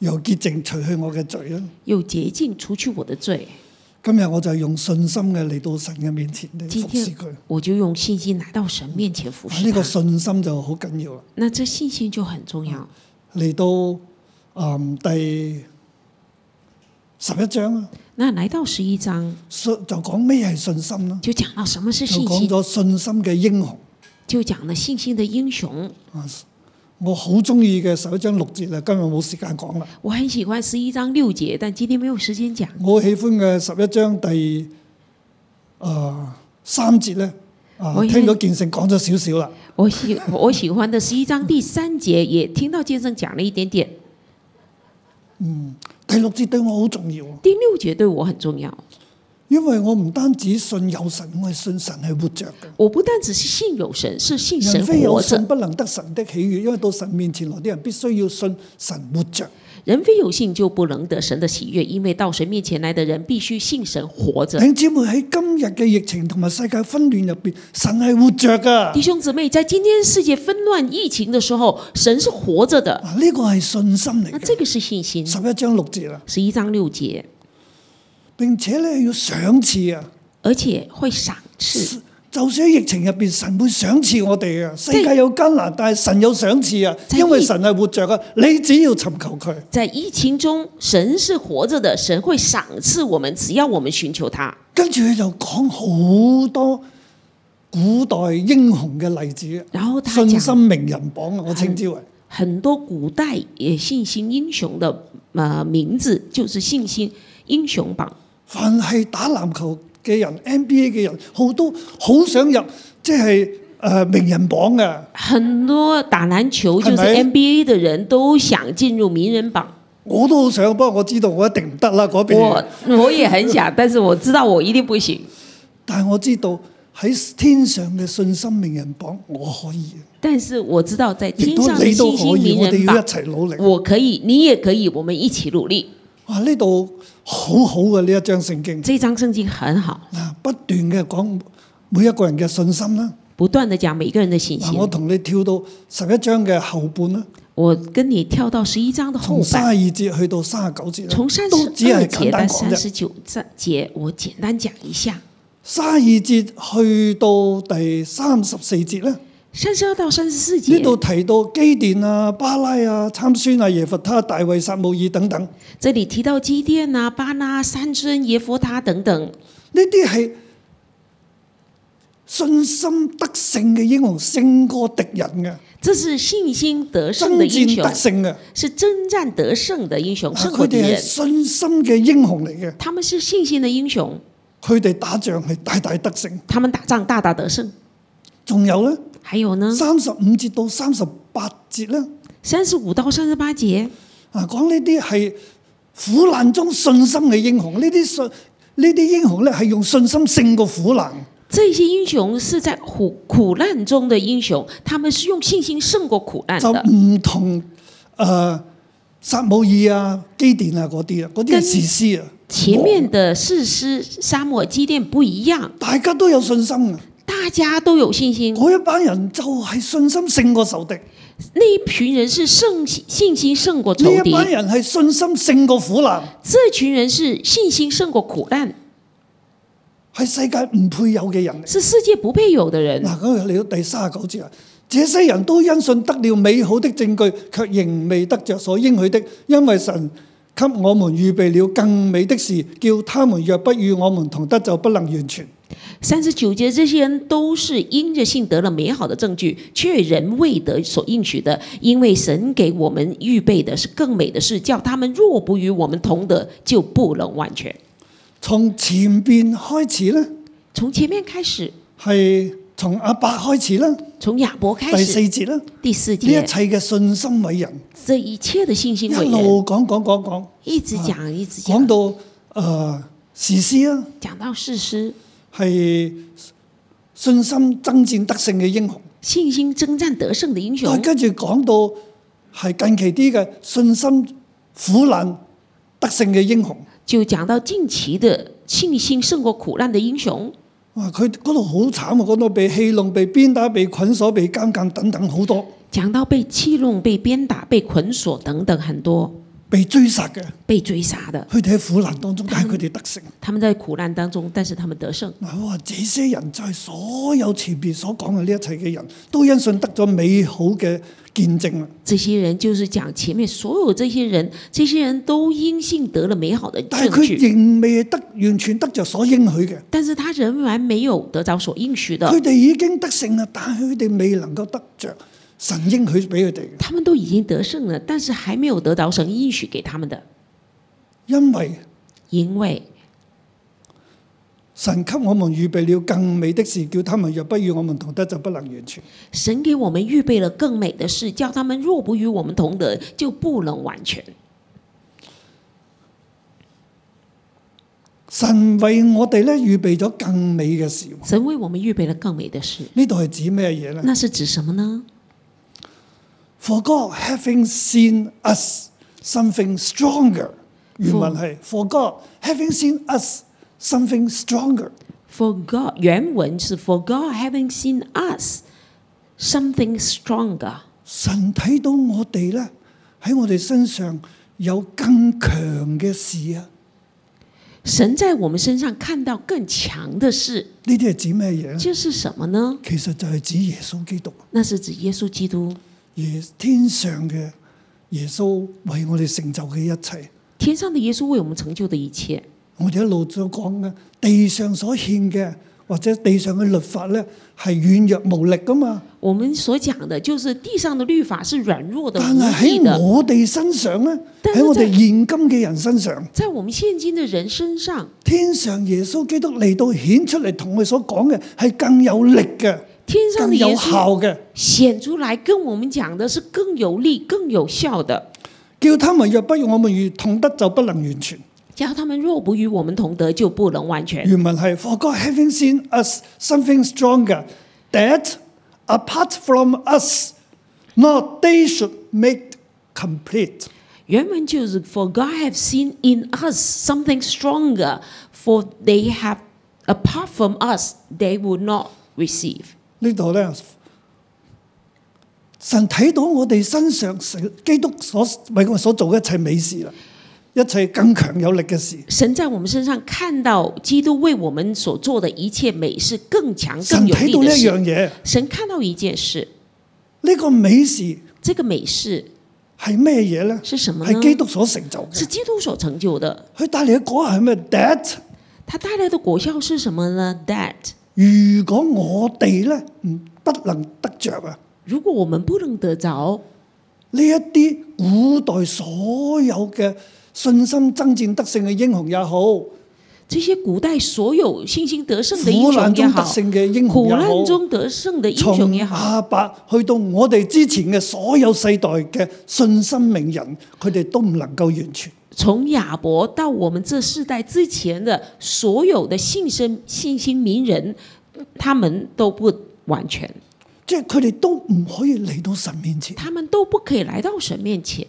B: 由潔淨除去我嘅罪啦。
C: 又洁净除去我的罪。
B: 今日我就用信心嘅嚟到神嘅面前嚟
C: 今
B: 服侍
C: 天
B: 佢。
C: 我就用信心来到神面前服
B: 啊
C: 侍
B: 呢個
C: 他。
B: 信心就好緊要啦。
C: 那这信心就很重要。
B: 嗯嚟到嗯第十一章啊，
C: 那来到十一章，
B: 信就講咩係信心啦，
C: 就讲到什么是
B: 就
C: 信
B: 講
C: 心，
B: 咗信心嘅英雄。
C: 就讲了信心的英雄。
B: 啊我好中意嘅十一章六節啊，今日冇時間講啦。
C: 我很喜欢十一章六节，但今天没有时间讲。
B: 我喜歡嘅十一章第啊三節咧，啊
C: 我
B: 聽咗見聖講咗少少啦。
C: 我喜 我喜欢的十一章第三节也听到先生讲了一点点，
B: 第六節對我好重要，
C: 第六节对我很重要。
B: 因為我唔單止信有神，我係信神係活着嘅。
C: 我不但只是信有神，是信神
B: 人非有
C: 活
B: 信
C: 着。
B: 不能得神的喜悦，因為到神面前來啲人必須要信神活着。
C: 人非有信就不能得神的喜悦，因为到神面前来的人必须信神活着
B: 弟。兄姊妹喺今日嘅疫情同埋世界紛亂入邊，神係活着噶
C: 弟。兄姊妹，在今天世界纷乱疫情的时候，神是活着的，
B: 嗱，啊呢個係信心嚟
C: 那这
B: 嘅。
C: 个是信心。
B: 十一章六節啦，
C: 十一章六节，
B: 並且咧要賞賜啊！
C: 而且会赏赐。
B: 就算喺疫情入邊，神會賞賜我哋啊！世
C: 係
B: 界有艱難，但係神有賞賜啊！
C: 就係
B: 因為神係活着啊！你只要尋求佢，
C: 在疫情中，神是活着的，神会赏赐我们，只要我们寻求他。
B: 跟住佢就講好多古代英雄嘅例子
C: 然后
B: 啊，
C: 他
B: 信心
C: 讲
B: 名人榜啊，我稱之為。
C: 很多古代也信心英雄的呃名字，就是信心英雄榜。
B: 凡係打籃球嘅人、NBA 嘅人，好多好想入即係誒、呃名人榜嘅。
C: 很多打篮球就
B: 很
C: 是
B: 难
C: NBA 的人都想进入名人榜，
B: 我都好想，不過我知道我一定唔得啦嗰邊。
C: 我我也很想，但是我知道我一定不行。
B: 但係我知道喺天上嘅信心名人榜，我可以，
C: 但是我知道在
B: 亦
C: 天
B: 都
C: 上的
B: 你都
C: 信
B: 可
C: 心
B: 以，
C: 名
B: 我
C: 人
B: 哋要一
C: 榜，
B: 齊努力。
C: 我可以，你也可以，我们一起努力。
B: 哇！呢度好好嘅呢一章聖經，
C: 这张圣经很好，
B: 嗱不斷嘅講每一個人嘅信心啦。
C: 不断的讲每个人的信
B: 嗱，
C: 心
B: 我。同你跳到十一章嘅後半啦，
C: 我跟你跳到十一章的后
B: 從三十
C: 半，
B: 二節去到三十九節
C: 从
B: 啦，
C: 三
B: 都只
C: 十二
B: 係
C: 节
B: 簡
C: 到
B: 單講
C: 三
B: 啫。
C: 十九节，我简单讲一下。
B: 三十二節去到第三十四節咧。
C: 三十二到三十四
B: 呢
C: 节，
B: 度提到基甸啊、巴拉啊、參孫啊、耶弗他、大衛、撒姆耳等等，呢
C: 这里提到基甸啊、巴拉、山尊、耶佛他等等，
B: 啲係信心得勝嘅英雄，勝過敵人嘅，
C: 这是信心得
B: 爭
C: 胜的英
B: 戰
C: 雄
B: 得，勝嘅。啊
C: 是征战得胜的英雄，胜
B: 佢
C: 过敌
B: 哋係
C: 人。
B: 信心嘅英雄嚟嘅，
C: 他们是信心的英雄，
B: 佢哋打仗係大大得勝。
C: 他们打仗大大得胜。
B: 仲有咧，
C: 还有呢，
B: 三十五節到三十八節咧，
C: 三十五到三十八节，
B: 啊講呢啲係苦難中信心嘅英雄，呢啲信呢啲英雄咧係用信心勝過苦難。
C: 这些英雄是在苦苦难中的英雄，他们是用信心胜过苦难
B: 就
C: 的。
B: 唔同誒撒姆耳啊、基甸啊嗰啲啊，嗰啲係
C: 跟
B: 士師啊，
C: 前面的士师沙漠基甸不一样，
B: 大家都有信心啊！
C: 大家都有信心。
B: 嗰一班人就係信心勝過仇敵，呢
C: 那一群人是胜信心胜过仇
B: 一
C: 敌，
B: 班人係信心勝過苦難，
C: 这群人是信心胜过苦难，
B: 係世界唔配有嘅人嚟。
C: 是世界不配有的人。
B: 嗱，咁嚟到第三十九節啊，這些人都因信得了美好的證據，卻仍未得着所應許的，因為神。給我們預備了更美的事，叫他們若不與我們同得，就不能完全。
C: 三十九节，这些人都是因着信得了美好的证据，却仍未得所应许的，因为神给我们预备的是更美的事，叫他们若不与我们同得，就不能完全。
B: 從前邊開始呢，
C: 从前面开始，
B: 係從阿伯開始啦，
C: 从亚伯开
B: 第四
C: 始，
B: 節啦，呢
C: 第四
B: 一切
C: 节，
B: 嘅信心偉人，
C: 这一切的信
B: 一
C: 心伟人，啊
B: 路講講講講，
C: 一直
B: 啊
C: 讲，一直
B: 講
C: 讲，
B: 到誒、呃、時師啦，
C: 讲到事实，
B: 係信心爭戰得勝嘅英雄，
C: 信心征战得胜的英
B: 再
C: 雄。
B: 跟住講到係近期啲嘅信心苦難得勝嘅英雄，
C: 就讲到近期的信心胜过苦难的英雄，
B: 哇！佢嗰度好慘啊，嗰度被戲弄、被鞭打、被捆鎖、被監禁等等好多，
C: 讲到被欺弄、被鞭打、被捆锁等等很多
B: 被追殺嘅，
C: 被追杀的，
B: 佢哋喺苦難當 中，但係佢哋得勝。
C: 他们在苦难当中，但是他们得胜。
B: 嗱，佢話這些人就係所有前面所講嘅呢一切嘅人都因信得咗美好嘅見證啦。
C: 这些人就是讲前面所有这些人，这些人都因信得了美好的
B: 但係
C: 证
B: 佢
C: 据，
B: 仍未得完全得着所應許嘅，
C: 但是他仍然没有得着所应许
B: 佢
C: 的。
B: 哋已經得勝啦，但係佢哋未能夠得着神應許俾佢哋嘅，
C: 他们都已经得胜了，但是还没有得着神应许给他们的，
B: 因為
C: 因为
B: 神給我們預備了更美的事，叫他們若不與我們同得，就不能完全。
C: 神给我们预备了更美的事，叫他们若不与我们同德，就不能完全。
B: 神為我哋咧預備咗更美嘅事，
C: 神为我们预备了更美的事，
B: 呢度係指咩嘢呢
C: 那是指什么呢？
B: For God having seen us something stronger，原文係 For God having seen us something stronger，
C: For God，原文是 For God having seen us something stronger。
B: 神睇到我哋咧喺我哋身上有更強嘅事啊！
C: 神在我们身上看到更强的事，
B: 呢啲係指咩嘢咧？
C: 这是什么呢？
B: 其實就係指耶穌基督，
C: 那是指耶稣基督，
B: 耶天上嘅耶穌為我哋成就嘅一切。
C: 天上的耶稣为我们成就的一切。
B: 我哋一路所講嘅地上所獻嘅或者地上嘅律法咧，係軟弱無力噶嘛。
C: 我们所讲的就是地上的律法是软弱的、
B: 但
C: 无
B: 係
C: 力
B: 喺
C: 的，
B: 我哋身上咧，
C: 但係
B: 喺我哋
C: 真
B: 現今嘅人身上，
C: 在我们现今的人身上，
B: 天上耶穌基督嚟到顯出嚟，同佢所講嘅係更有力嘅、
C: 天上
B: 更
C: 的耶
B: 有
C: 稣
B: 效嘅。
C: 显出来，跟我们讲的是更有力、更有效的。
B: 叫他們若不與我們如同得，就不能完全。
C: 假如他们若不与我们同德，就不能完全。
B: 原文係 For God having seen us something stronger that apart from us, not they should make complete。
C: 原文就是 For God have seen in us something stronger, for they have apart from us they would not receive。
B: 呢度咧，神睇到我哋身上成基督所為我哋所做嘅一切美事啦，一切更強有力嘅事。
C: 神在我们身上看到基督为我们所做的一切美事更强、
B: 神
C: 更有
B: 睇
C: 力
B: 到
C: 的
B: 呢一
C: 事。
B: 樣嘢，
C: 神看到一件事，
B: 呢、個美事
C: 这个美事
B: 係咩嘢咧？
C: 是什么呢
B: 係？基督所成就嘅，
C: 是基督所成就的。
B: 佢帶嚟嘅果係咩？That
C: 它带来的果效是什么呢？That
B: 如果我哋咧唔不能得着啊，
C: 如果我们不能得着
B: 呢一啲古代所有嘅信心爭戰得勝嘅英雄也好，
C: 这些古代所有信心得胜的英
B: 苦難
C: 雄也
B: 中得
C: 好，
B: 勝嘅英雄
C: 苦
B: 也好
C: 难。中得胜的英雄
B: 從
C: 也好，
B: 亞伯去到我哋之前嘅所有世代嘅信心名人，佢哋都唔能夠完全。
C: 从亚伯到我们这世代之前的所有的信心信心名人，他们都不完全，
B: 即係佢哋都唔可以嚟到神面前，
C: 他们都不可以来到神面前。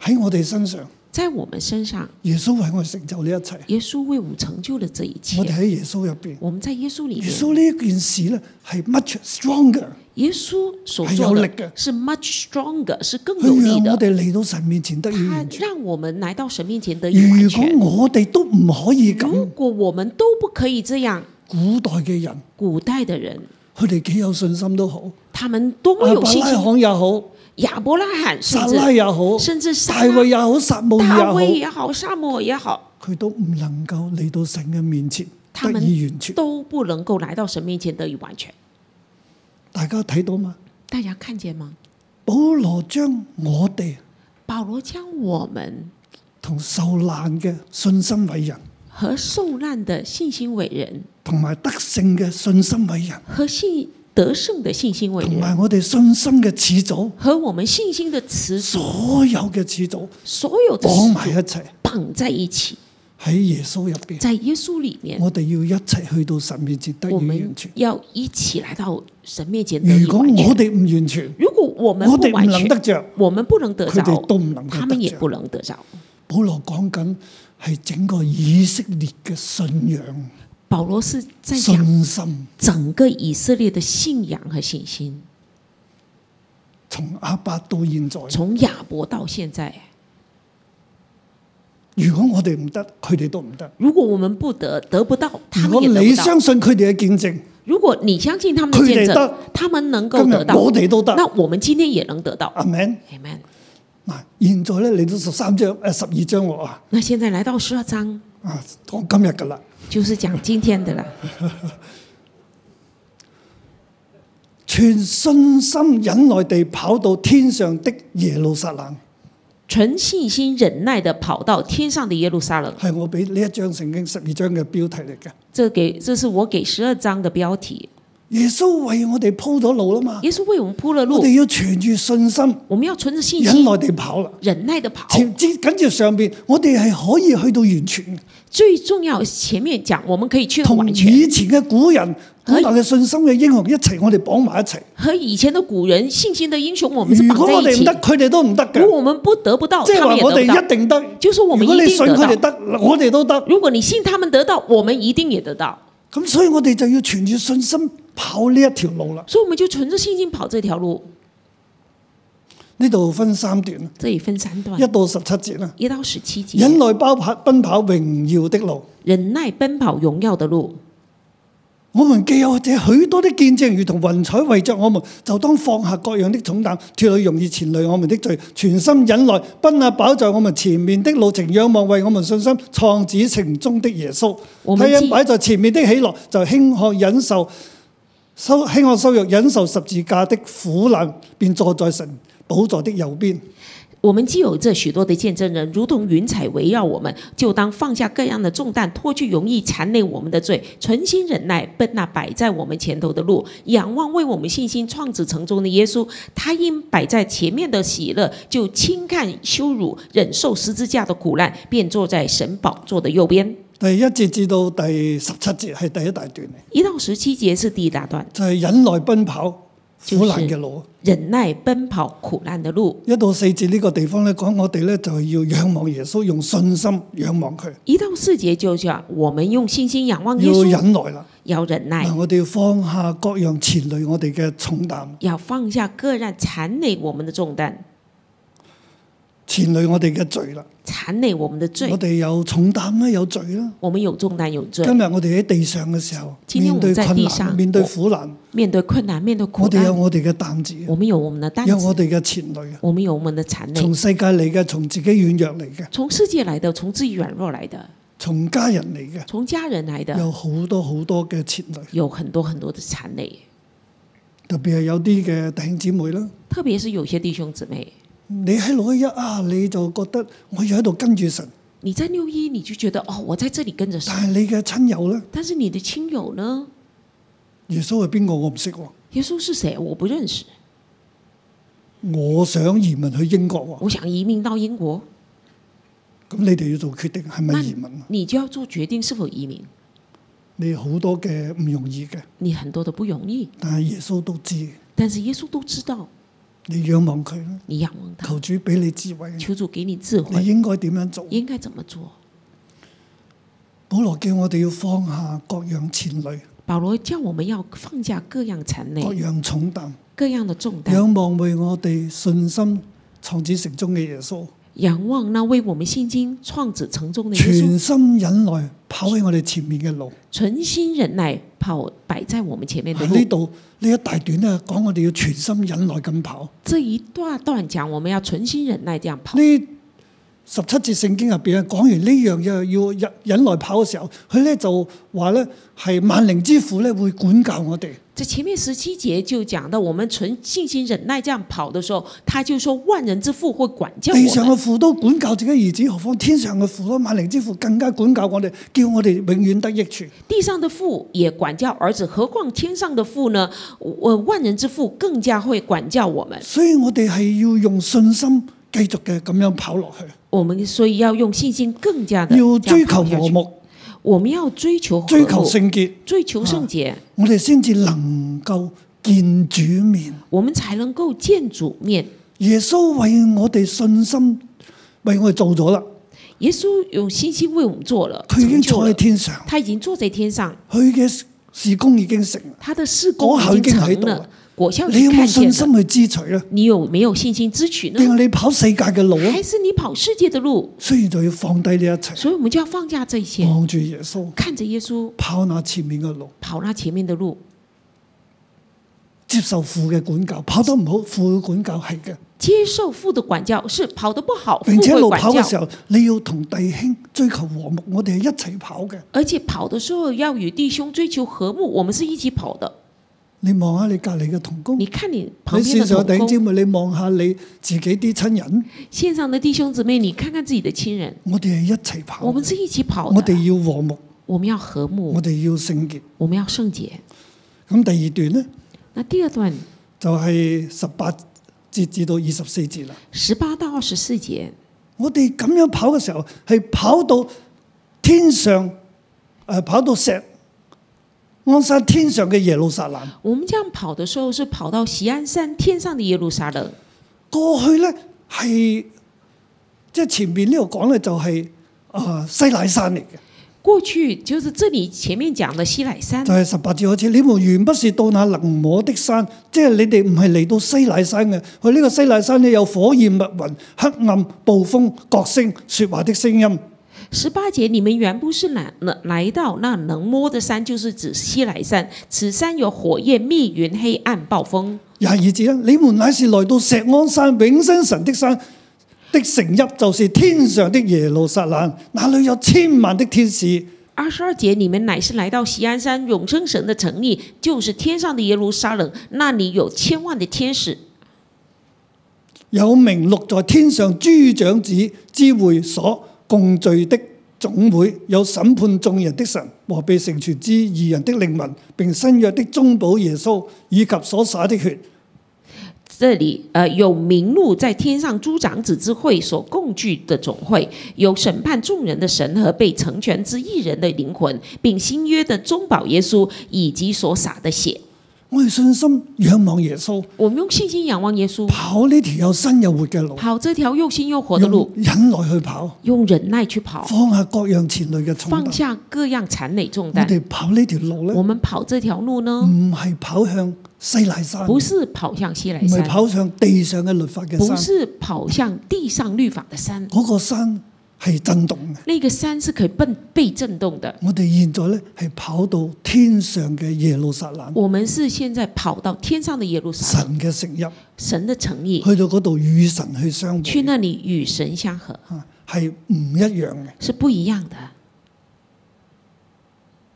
B: 喺我哋身上，
C: 在我们身上，
B: 耶穌為我哋成就呢一切。
C: 耶稣为我们成就了这一
B: 我哋
C: 切。
B: 喺耶穌入邊，
C: 我们在耶稣里
B: 耶
C: 面，
B: 穌呢件事咧係 much stronger，
C: 耶穌所
B: 很
C: 做
B: 有
C: 的
B: 力的
C: 是 much stronger，是更有
B: 佢
C: 力
B: 讓我
C: 的。
B: 哋嚟到神面前得以
C: 他
B: 完全。
C: 让我们来到神面前得以完
B: 如
C: 全。
B: 果我哋都唔可以
C: 如
B: 咁，
C: 果我们都不可以这样，
B: 古代嘅人
C: 古代的人
B: 佢哋幾有信心都好，
C: 他们多么
B: 亞
C: 有
B: 伯
C: 信
B: 拉
C: 心，
B: 罕也好，
C: 亚伯拉罕甚
B: 撒
C: 至
B: 拉也好，
C: 甚至撒
B: 大衛也好，撒姆耳也
C: 大啊卫
B: 好。
C: 也好，萨摩尔也好，
B: 佢都唔能夠嚟到神嘅面前
C: 他
B: 得
C: 們
B: 以完全。
C: 都不能够来到神面前得以完全。
B: 大家睇到嘛？
C: 大家看见吗？
B: 保羅將我哋
C: 保罗将我们
B: 同受難嘅信心偉人，
C: 和受难的信心伟人，
B: 同埋得勝嘅信心偉人，
C: 和信得胜的信心伟
B: 同啊
C: 人，
B: 埋我哋信心嘅始祖，
C: 和我们信心的词组，
B: 所有嘅始祖
C: 所有的
B: 綁埋
C: 词
B: 一齊
C: 绑在一起，
B: 喺耶穌入邊。
C: 在耶稣里面，
B: 我哋要一齊去到神面前得以
C: 我
B: 完
C: 们
B: 全。
C: 要一起来到神面前得以
B: 如果
C: 完
B: 我
C: 全。
B: 哋唔完全，
C: 如果我们
B: 我
C: 不
B: 哋
C: 完
B: 唔能
C: 全
B: 得，着，
C: 我们不能得
B: 佢哋都
C: 着，
B: 唔能夠
C: 他们
B: 得
C: 也
B: 着。
C: 不能得着。
B: 保羅講緊係整個以色列嘅信仰、
C: 保罗是在讲
B: 信心。
C: 整个以色列的信仰和信心，
B: 從阿伯到現在，
C: 从亚伯到现在，
B: 如果我哋唔得，佢哋都唔得。
C: 如果我们不得得不到，他
B: 如果
C: 们也得
B: 你
C: 不到。
B: 相信佢哋嘅見證，
C: 如果你相信他们的
B: 佢哋
C: 见证
B: 得，
C: 他们能够
B: 今日
C: 得到，
B: 我哋都得。
C: 那我们今天也能得到。
B: 阿明，
C: Amen。
B: 嗱，現在咧嚟到十三章誒十二章喎啊
C: 那现在来到十二章，
B: 啊，講今日㗎啦。
C: 就是讲今天的了。
B: 全信心忍耐地跑到天上的耶路撒冷，
C: 存信心忍耐的跑到天上的耶路撒冷，
B: 係我俾呢一章聖經十二章嘅標題嚟嘅。
C: 这给这是我給十二章的標題。
B: 耶穌為我哋鋪咗路啦嘛，
C: 耶稣为我们鋪了
B: 我
C: 路，
B: 哋要存住信心，
C: 我们要存着信
B: 忍
C: 心，
B: 耐地跑啦。
C: 忍耐的跑。
B: 前接跟住上邊，我哋係可以去到完全嘅。
C: 最重要，前面講我們可以去到
B: 同
C: 完全，哎
B: 以前嘅古人、古
C: 可以
B: 代嘅信心嘅英雄一齊，我哋綁埋一齊。
C: 和以前的古人信心的英雄，我们是
B: 如
C: 綁
B: 果我
C: 在一
B: 哋唔
C: 起
B: 得。，佢哋都唔得
C: 如
B: 嘅。
C: 果我们不得不到，
B: 即係
C: 哦他
B: 話
C: 们也
B: 我
C: 得
B: 哋
C: 不到
B: 一。定得。
C: 就是我們
B: 如果你
C: 一
B: 信
C: 定得
B: 佢
C: 到
B: 哋得，我哋都得。
C: 如果你信他们得到，我们一定也得到。
B: 咁所以我哋就要存住信心跑呢一條路啦。
C: 所以我们就存着信心跑这条路。
B: 呢度分三段，
C: 这里分三段
B: 一，到十七節啦。
C: 一到十七节，
B: 忍耐包跑奔跑榮耀的路，
C: 忍耐奔跑荣耀的路。
B: 我們既有這許多的見證，如同雲彩圍着我們，就當放下各樣的重擔，脱去容易纏累我們的罪，全心忍耐，奔啊跑在我們前面的路程，仰望為我們信心創始成終的耶穌。
C: 我
B: 他
C: 们
B: 因
C: 既
B: 擺在前面的喜樂，就輕看忍受收輕看羞辱，忍受十字架的苦難，便坐在神寶座的右邊。
C: 我们既有这许多的见证人，如同云彩围绕我们，就当放下各样的重担，脱去容易缠累我们的罪，存心忍耐，奔那摆在我们前头的路，仰望为我们信心创始成终的耶稣。他因摆在前面的喜乐，就轻看羞辱，忍受十字架的苦难，便坐在神宝座的右边。
B: 第一節至到第十七節係第一大段嚟，
C: 一到十七节是第一大段，
B: 就係、忍耐奔跑
C: 就是
B: 苦難嘅路。
C: 忍耐奔跑苦难的路。
B: 一到四節呢個地方咧，講我哋咧就係要仰望耶穌，用信心仰望佢，
C: 一到四节就讲我们用信心仰望耶
B: 要
C: 稣，
B: 忍耐啦。
C: 要忍耐
B: 嗱，，我哋要放下各樣纏累我哋嘅重擔，
C: 要放下各样缠累我们的重担，
B: 纏累我哋嘅罪啦。
C: 缠累我们的罪
B: 我。哋有重擔啦，有罪啦。
C: 我们有重担有罪，
B: 今日我哋喺地上嘅時候，
C: 今天
B: 面
C: 我
B: 對
C: 們在
B: 困
C: 地上
B: 難，面對
C: 我
B: 苦難，
C: 面对困难，面对苦
B: 我哋有
C: 难，
B: 我哋嘅擔子，
C: 我们有我们的担
B: 有
C: 子
B: 我，哋嘅纏累，
C: 我们有我们的缠累
B: 從，世界嚟嘅，從自己軟弱嚟嘅，
C: 从世界来的，从自己软弱来的，
B: 從家人嚟嘅。
C: 从家人来的，
B: 有好多好多嘅前累，
C: 有很多很多的缠累。
B: 特別係有啲嘅弟兄姊妹啦。
C: 特别是有些弟兄姊妹，
B: 你喺六一一啊，你就覺得我要喺度跟住神，
C: 你在六一，你就觉得哦，我在这里跟着神
B: 但，係你嘅親友咧，
C: 但是你的亲友呢？
B: 耶穌係邊個我唔識喎。
C: 耶稣是谁？我不认识。
B: 我想移民去英國喎，
C: 我想移民到英国，
B: 咁你哋要做決定係
C: 那
B: 咪移民啊？
C: 你就要做决定是否移民。
B: 你好多嘅唔容易嘅，
C: 你很多的不容易，
B: 但係耶穌都知，
C: 但是耶稣都知道。
B: 你仰望佢啦，
C: 你仰望他，
B: 求主俾你智慧，
C: 求主给你智
B: 你
C: 慧，
B: 應該點樣做？
C: 应该怎么做？
B: 保羅叫我哋要放下各樣前累、
C: 保罗叫我们要放下各样缠
B: 各
C: 累、
B: 樣重擔，
C: 各样的重担，
B: 仰望為我哋信心創始成終嘅耶穌。
C: 仰望那为我们信经创始成终的耶稣，
B: 全心忍耐跑喺我哋前面嘅路。
C: 存心忍耐跑摆在我们前面的
B: 喺呢
C: 路。
B: 度呢一大段咧，講我哋要全心忍耐咁跑。
C: 这一大段讲我们要存心忍耐这样跑。
B: 呢十七節聖經入邊啊，講完呢樣嘢要忍忍耐跑嘅時候，佢咧就話咧係萬靈之父咧會管教我哋。
C: 在前面十七节就讲到，我们存信心忍耐这样跑的时候，他就说万人之父会管教
B: 地上
C: 我
B: 嘅
C: 们。
B: 父都管教自己兒子，何況天上嘅父咯？萬靈之父更加管教我哋，叫我哋永遠得益處。
C: 地上的父也管教儿子，何况天上的父呢？我万人之父更加会管教我们。
B: 所以我哋係要用信心繼續嘅咁樣跑落去，
C: 我们所以要用信心更加的
B: 要追求和
C: 我们，
B: 睦，
C: 我们要追求和
B: 追求啊
C: 睦，
B: 聖潔。
C: 追求圣洁，
B: 我哋先至能夠見主面。
C: 我们才能够见主面。
B: 耶穌為我哋信心，為我哋做咗啦，
C: 耶稣用信心为我们做了，
B: 佢已
C: 成
B: 經
C: 就
B: 坐喺
C: 了，
B: 天上，
C: 他已经坐在天上，
B: 佢嘅事工已經成啦。
C: 他的事工
B: 果效
C: 已经
B: 已
C: 成
B: 经喺度了
C: 了，果效已
B: 你
C: 经
B: 有冇
C: 看见
B: 信
C: 了。
B: 心去支取咧？
C: 你有没有信心支取呢
B: 定？係你跑世界嘅路啊
C: 还？是你跑世界的路？
B: 雖然就要放低呢一切，
C: 所以我们就要放下这些，
B: 望住耶穌，
C: 看着耶稣
B: 跑那前面嘅路，
C: 跑那前面的路，
B: 接受父嘅管教。跑得唔好，父嘅管教係嘅。
C: 接受父的管教。是跑得不好，父
B: 並且
C: 会
B: 路
C: 管
B: 跑嘅時
C: 教。
B: 候，你要同弟兄追求和睦，我哋係一齊跑嘅。
C: 而且跑的时候要与弟兄追求和睦，我们是一起跑的。
B: 你望下你隔離嘅同工
C: 你。看你旁
B: 你
C: 边
B: 線
C: 的
B: 上弟
C: 同
B: 兄姊
C: 工，
B: 妹，你望下你自己啲親人，
C: 线上的弟兄姊妹，你看看自己的亲人，
B: 我哋係一齊跑，
C: 我们是一起跑
B: 我
C: 的。
B: 哋要和睦，
C: 我们要和睦
B: 我，哋要聖潔。
C: 我们要圣洁。
B: 咁第二段呢，
C: 那第二段
B: 就係十八節至到二十四節啦。
C: 十八到二十四节，
B: 我哋咁樣跑嘅時候，係跑到天上，誒、跑到石安山天上嘅耶路撒冷。
C: 我们这样跑的时候是跑到锡安山天上的耶路撒冷。
B: 過去呢，係即係前面呢度講呢，就係、啊、西乃山嚟嘅。
C: 过去就是这里前面讲的西乃山
B: 就，係十八節開始，你們原不是到那能摸的山，即係你哋唔係嚟到西乃山嘅。佢呢個西乃山咧有火焰、密雲、黑暗、暴風、角聲、説話的聲音。
C: 十八节，你们原不是来来到那能摸的山，就是指西乃山。此山有火焰、密云、黑暗、暴风。
B: 廿二節啦，你們乃是來到石安山永生神的山的城邑，就是天上的耶路撒冷，那裏有千萬的天使。
C: 二十二节，你们乃是来到锡安山永生神的城邑，就是天上的耶路撒冷，那里有千万的天使。
B: 有名錄在天上諸長子之會所共聚的總會，有審判眾人的神和被成全之義人的靈魂，並新約的中保耶穌以及所灑的血。
C: 这里呃有名录在天上诸长子之会所共聚的总会，有审判众人的神和被成全之一人的灵魂，并新约的中保耶稣以及所洒的血。
B: 我哋信心仰望耶穌，
C: 我们用信心仰望耶稣，
B: 跑呢條又新又活嘅路，
C: 跑这条又新又活的
B: 用
C: 路，
B: 忍耐去跑，
C: 用忍耐去跑，
B: 放下各樣前累嘅重
C: 放
B: 擔。
C: 下各样残累重
B: 我嗯
C: 担。
B: 哋跑呢條路咧
C: 我，们跑这条路呢，
B: 唔係跑向西乃山，
C: 不
B: 唔
C: 是跑向西来
B: 係
C: 山，
B: 跑向地上嘅律法嘅
C: 不
B: 山。
C: 是跑向地上律法的山，
B: 嗰、個山係震動嘅。
C: 那个山是可以被被震动的。
B: 我哋現在咧係跑到天上嘅耶路撒冷，
C: 我们是现在跑到天上的耶路撒冷，
B: 神嘅城邑，
C: 神的诚意，
B: 去到嗰度與神去相會，
C: 嗯去那里与神相合
B: 啊係唔一樣嘅。
C: 是不一样的。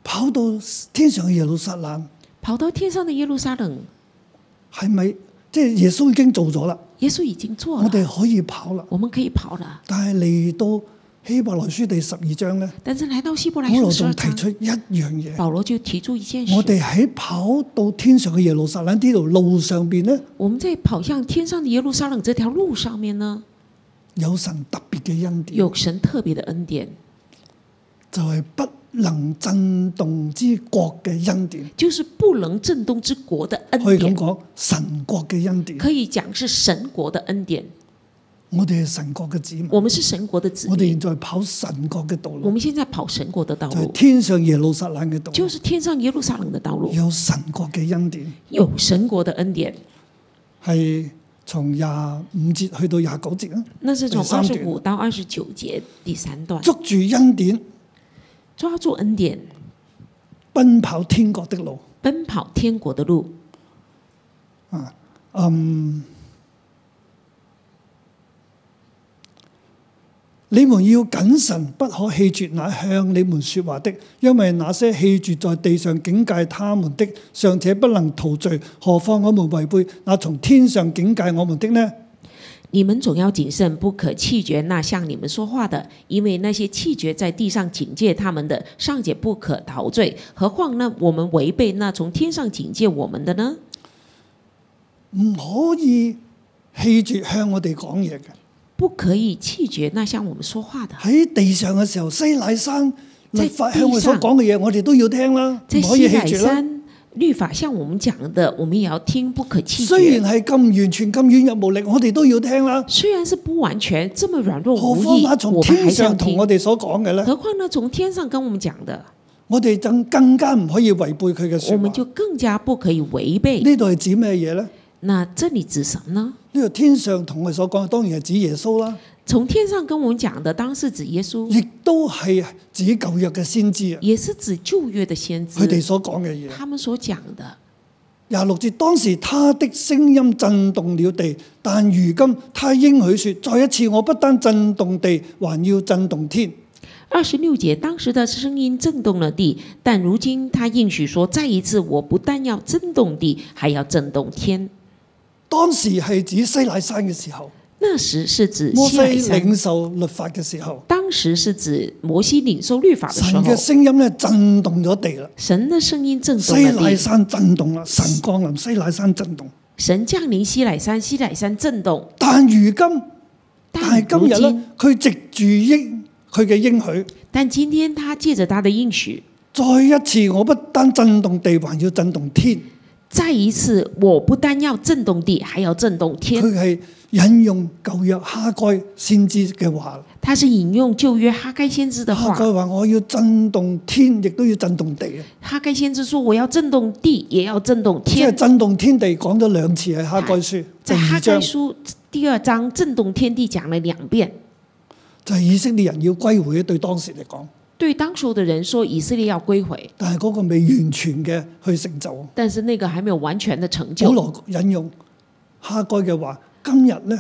B: 跑到天上嘅耶路撒冷
C: 跑到天上的耶路撒冷，
B: 係咪即係耶穌已經做咗啦？
C: 耶稣已经做
B: 我
C: 了，
B: 哋可以跑啦。
C: 我们可以跑了。
B: 但係嚟到希伯來書第十二章咧，
C: 但是来到希伯来
B: 保
C: 书
B: 羅
C: 十二
B: 仲提
C: 章，
B: 出一樣嘢。
C: 保罗就提出一件事：
B: 我哋喺跑到天上嘅耶路撒冷呢條路上邊咧，
C: 我们在跑向天上的耶路撒冷这条路上面呢，
B: 有神特別嘅恩典，
C: 有神特别的恩典，
B: 就係不能震動之國嘅恩典。
C: 就是不能震动之国的
B: 可
C: 恩
B: 以咁
C: 典，
B: 講，神國嘅恩典，
C: 可以讲是神国的恩典。
B: 我哋係神國嘅子民，
C: 我们是神国的子
B: 我哋
C: 民
B: 現，在跑神國嘅道
C: 我
B: 路，
C: 们现在跑神国的道
B: 就係
C: 路，
B: 天上耶路撒冷嘅道
C: 就
B: 路，
C: 是天上耶路撒冷的道路，
B: 有神國嘅恩典，
C: 有神国的恩典。
B: 係從廿五節去到廿九節啦，啊
C: 那是从
B: 第
C: 二
B: 三
C: 十
B: 段
C: 五到二十九节第三段，
B: 捉住恩典，
C: 抓住恩典，
B: 奔跑天國的路。
C: 奔跑天国的路。
B: 你們要謹慎，不可棄絕那向你們説話的，因為那些棄絕在地上警戒他們的，尚且不能逃罪，何況我們違背那從天上警戒我們的呢？
C: 你们总要谨慎，不可弃绝那向你们说话的，因为那些弃绝在地上警戒他们的，尚且不可逃罪，何况呢？我们违背那从天上警戒我们的呢？
B: 唔可以棄絕向我哋講嘢嘅。
C: 不可以弃绝那向我们说话的。
B: 喺地上嘅時候，西乃山律法向我哋所
C: 即係地上
B: 講嘅嘢，我哋都要聽啦，
C: 在
B: 唔可以
C: 西乃
B: 棄絕啦。
C: 山律法向我们讲的，我们也要听，不可弃
B: 雖
C: 绝。
B: 然係咁完全咁軟弱無力，我哋都要聽啦。
C: 虽然是不完全，这么软弱
B: 何
C: 无
B: 況
C: 益，
B: 那從
C: 我们还
B: 天
C: 是要
B: 上同
C: 听
B: 我。哋所講嘅咧，
C: 何况呢，从天上跟我们讲的，
B: 我哋更更加唔可以違背佢嘅
C: 我
B: 説
C: 们就
B: 話。
C: 更加不可以违背。
B: 呢度係指咩嘢咧？呢
C: 那这里指什么呢？
B: 度天上同我哋所講嘅，當然係指耶穌啦，
C: 从天上跟我们讲的，当然是指耶稣，
B: 亦都係指舊約嘅先知啊，
C: 也是指旧约的先
B: 佢哋
C: 知，
B: 所講嘅嘢。
C: 他们所讲的。
B: 廿六節，當時他的聲音震動了地，但如今他應許說：再一次，我不單震動地，還要震動天。
C: 二十六节，当时的声音震动了地，但如今他应许说，再一次，我不但要震动地，还要震动天。
B: 當時係指西乃山嘅時候，
C: 那时是指
B: 摩西
C: 西乃山，
B: 領受律法嘅時候，
C: 当时是指摩西领受律法的时
B: 神
C: 候，
B: 嘅聲音咧震動咗地啦，
C: 神的声音震动
B: 西
C: 了
B: 乃
C: 地，
B: 山震動啦，神降臨西乃山震動。
C: 神降临西乃山，西乃山震动。
B: 但如今，但
C: 但
B: 係
C: 如
B: 今日
C: 今
B: 咧，，佢藉住應佢嘅應許，
C: 但今天他借着他的应许，
B: 再一次，我不單震動地，還要震動天。
C: 再一次，我不但要震动地，还要震动天。
B: 佢係引用舊約哈該先知嘅話，
C: 他是引用旧约哈该先知的
B: 哈
C: 话，
B: 該話：我要震動天，亦都要震動地啊！
C: 哈该先知说：“我要震动地，也要震动
B: 即係
C: 天。
B: 震動天地講咗兩次喺哈該書”第
C: 在哈
B: 二
C: 该
B: 章，
C: 书第二章“震动天地”讲了两遍。
B: 就係以色列人要歸回，對當時嚟講，
C: 对当时候的人说，以色列要归回，
B: 但係嗰個未完全嘅去成就。
C: 但是那个还没有完全的成
B: 保
C: 就。
B: 羅引用哈該嘅話：今日呢，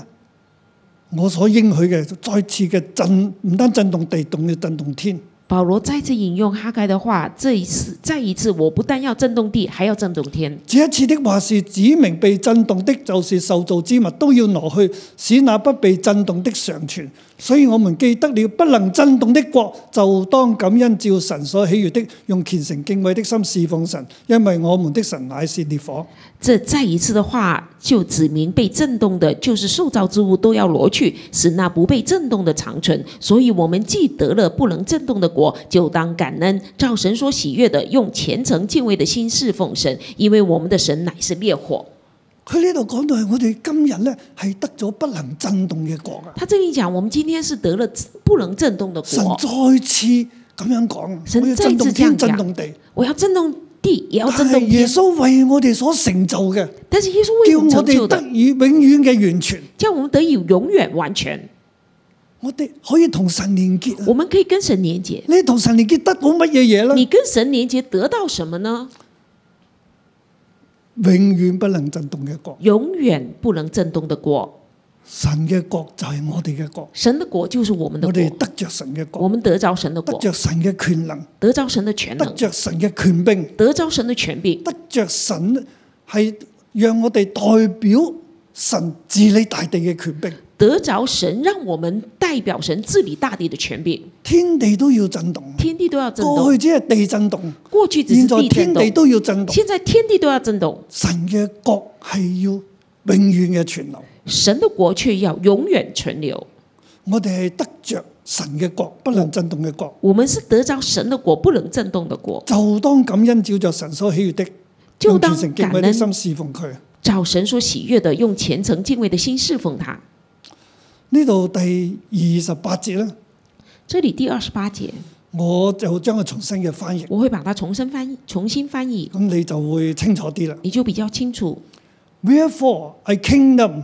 B: 我所應許嘅再次嘅震，唔單震動地，仲要震動天。
C: 保罗再次引用哈该的话，这一次再一次，我不但要震动地，还要震动天。
B: 这一次的話是指明被震動的，就是受造之物都要挪去，使那不被震動的常存。所以我們記得了不能震動的國，就當感恩照神所喜悦的，用虔誠敬畏的心侍奉神，因為我們的神乃是烈火。
C: 这再一次的话，就指明被震动的，就是受造之物都要挪去，使那不被震动的长存。所以，我们既得了不能震动的国，就当感恩，照神所喜悦的，用虔诚敬畏的心侍奉神，因为我们的神乃是烈火。
B: 佢呢度講到係我哋今日呢係得咗不能震動嘅國啊！
C: 他这里讲，我们今天是得了不能震动的
B: 神
C: 国，
B: 再次咁樣講，
C: 神
B: 我要震動天、震動地，
C: 我要震动地，也要
B: 但
C: 震
B: 係
C: 动
B: 耶
C: 天。
B: 穌為我哋所成就嘅，
C: 但是耶稣为
B: 叫
C: 我们
B: 我
C: 成
B: 哋
C: 就
B: 得
C: 的，
B: 以永遠嘅完全。
C: 叫我们得以永远完全。
B: 我哋可以同神連結啊！
C: 我们可以跟神连接。
B: 你同神連結得到乜嘢嘢咧？
C: 你跟神连接得到什么呢？
B: 永遠不能震動嘅國，
C: 永远不能震动的国，
B: 神嘅國就係我哋嘅國，
C: 神的国就是我们的
B: 我
C: 国
B: 哋。得着神嘅
C: 我
B: 國，
C: 们得着神的
B: 得
C: 国，
B: 着神嘅權能，
C: 得着神的啊全
B: 得
C: 能，
B: 着神嘅權柄，
C: 得着神的权柄，
B: 得着神係讓我哋代表神治理大地嘅權柄，
C: 得着神让我们代表神治理大地的权柄。
B: 天地都要震動。
C: 天地都要震
B: 過
C: 动，
B: 去只係地震動，
C: 过去只
B: 現
C: 是
B: 在
C: 地
B: 天
C: 震
B: 地
C: 动，
B: 都要震動。
C: 现在天地都要震动。
B: 神嘅國係要永遠嘅存留，
C: 神的国却要永远存留。
B: 我哋係得着神嘅國，不能震動嘅國。
C: 我们是得着神的国，不能震动的国。
B: 就當感恩照着神所喜悦的，
C: 就
B: 用
C: 当
B: 虔诚敬
C: 感
B: 畏的
C: 恩，
B: 心侍奉佢。
C: 找神所喜悦的，用虔诚敬畏的心侍奉他。
B: 呢度第二十八節咧，
C: 这里第二十八节，
B: 我就將佢重新嘅翻譯，
C: 我会把它重新翻译，重新翻译，
B: 咁你就會清楚啲啦。
C: 你就比较清楚。
B: Wherefore a kingdom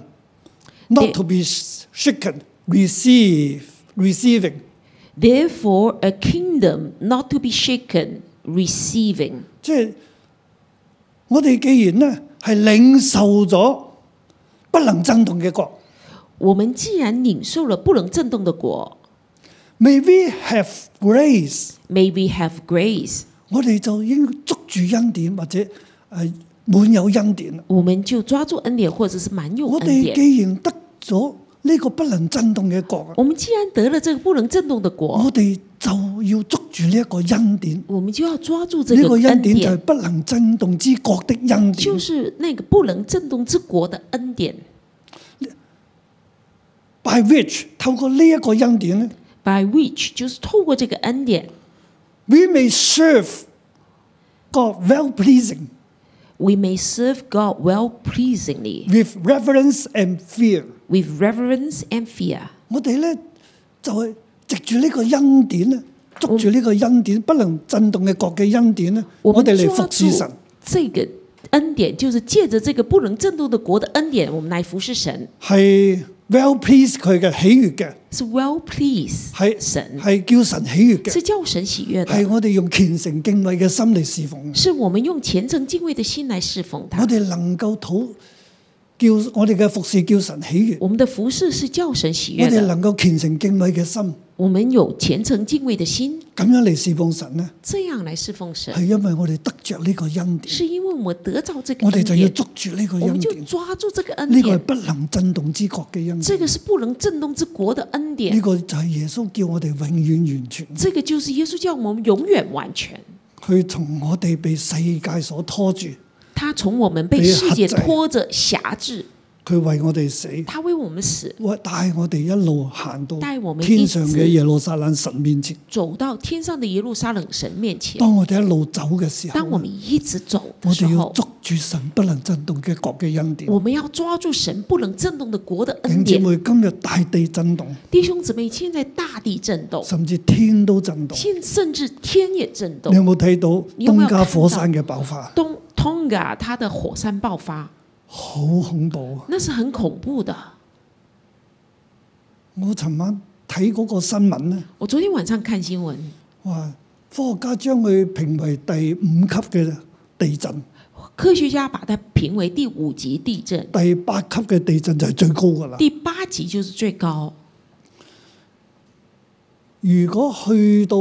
B: not
C: 你
B: to be shaken, receive, receiving
C: Therefore, a kingdom not to be shaken, receiving。
B: 即係我哋既然咧係領受咗不能震動嘅國
C: 我们既然领受了不能震动的果
B: ，may we have grace，
C: ，May we have grace，
B: 我哋就應捉住恩典或者誒、呃、滿有恩典啦。
C: 我们就抓住恩典，或者是满有
B: 我
C: 恩
B: 哋
C: 典。
B: 既然得咗呢個不能震動嘅國啊，
C: 我们既然得了这个不能震动的果，
B: 我哋就要捉住呢一個恩典。呢、
C: 我们就要抓住这
B: 個
C: 个
B: 恩
C: 恩
B: 典就係
C: 典，
B: 不能震動之國的恩典
C: 就。是那个不能震动之国的恩典。
B: By which 透過呢一個恩典咧
C: By which 就是透过这个恩典
B: ，we may serve God well pleasing。
C: ，we may serve God well pleasingly
B: with reverence and fear。
C: with reverence and fear。
B: 我哋咧就係藉住呢個恩典咧，捉住呢個恩典不能震動嘅國嘅恩典咧，我哋
C: 们
B: 嚟
C: 抓
B: 服侍神
C: 住。这个恩典，就是借着这个不能震动的国的恩典，我们来服侍神，
B: 係 well please 佢嘅喜悦嘅，
C: 是 well please
B: 係
C: 神，
B: 係叫神喜悦嘅，
C: 是叫神喜悦
B: 係
C: 的，
B: 我哋用虔誠敬畏嘅心嚟侍奉。
C: 是我们用虔诚敬畏的心来侍奉
B: 我
C: 他。
B: 哋能夠討叫我哋嘅服侍叫神喜悦，
C: 我啊们的服侍是叫神喜
B: 我
C: 悦
B: 哋
C: 的，
B: 能夠虔誠敬畏嘅心
C: 我们有虔诚敬畏的心，
B: 咁樣嚟侍奉神咧，
C: 这样来侍奉
B: 係
C: 神，
B: 因為我哋得着呢個恩典，
C: 是因为我们得到这个
B: 我哋
C: 恩
B: 就要
C: 典，
B: 捉住呢個
C: 我们
B: 恩
C: 就
B: 典。
C: 抓住这个恩
B: 呢個係
C: 典，
B: 不能震動之國嘅恩典，
C: 这个是不能震动之国的恩
B: 呢
C: 典，
B: 個就係耶穌叫我哋永遠完全，
C: 这个就是耶稣叫我们永远完全。
B: 佢從我哋被世界所拖住，
C: 他从我们被
B: 被
C: 世界
B: 辖制
C: 拖着辖制，
B: 佢為我哋死，
C: 他为我们死，
B: 為帶我哋一路行到
C: 帶我們
B: 天上嘅耶路撒冷神面前。
C: 走到天上的耶路撒冷神面前。
B: 當我哋一路走嘅時候
C: 当，我们一直走的
B: 我
C: 时
B: 哋要
C: 候，
B: 捉住神不能震動嘅國嘅恩典。
C: 我们要抓住神不能震动的国的
B: 弟兄
C: 恩
B: 姊
C: 典。
B: 妹，今日大地震動，
C: 弟兄姊妹，现在大地震动，
B: 甚至天都震動。
C: 现甚至天也震
B: 你有
C: 动。
B: 冇睇到
C: 你有冇
B: 東加
C: 看
B: 火
C: 到
B: 山嘅爆發？
C: 东 Tonga 它的火山爆发，
B: 好恐怖啊！
C: 那是很恐怖的。
B: 我尋晚睇嗰個新聞咧。
C: 我昨天晚上看新闻，
B: 哇！科學家將佢評為第五級嘅地震，
C: 科学家把它评为第五级地震，
B: 第八級嘅地震就係最高㗎啦。
C: 第八级就是最高。
B: 如果去到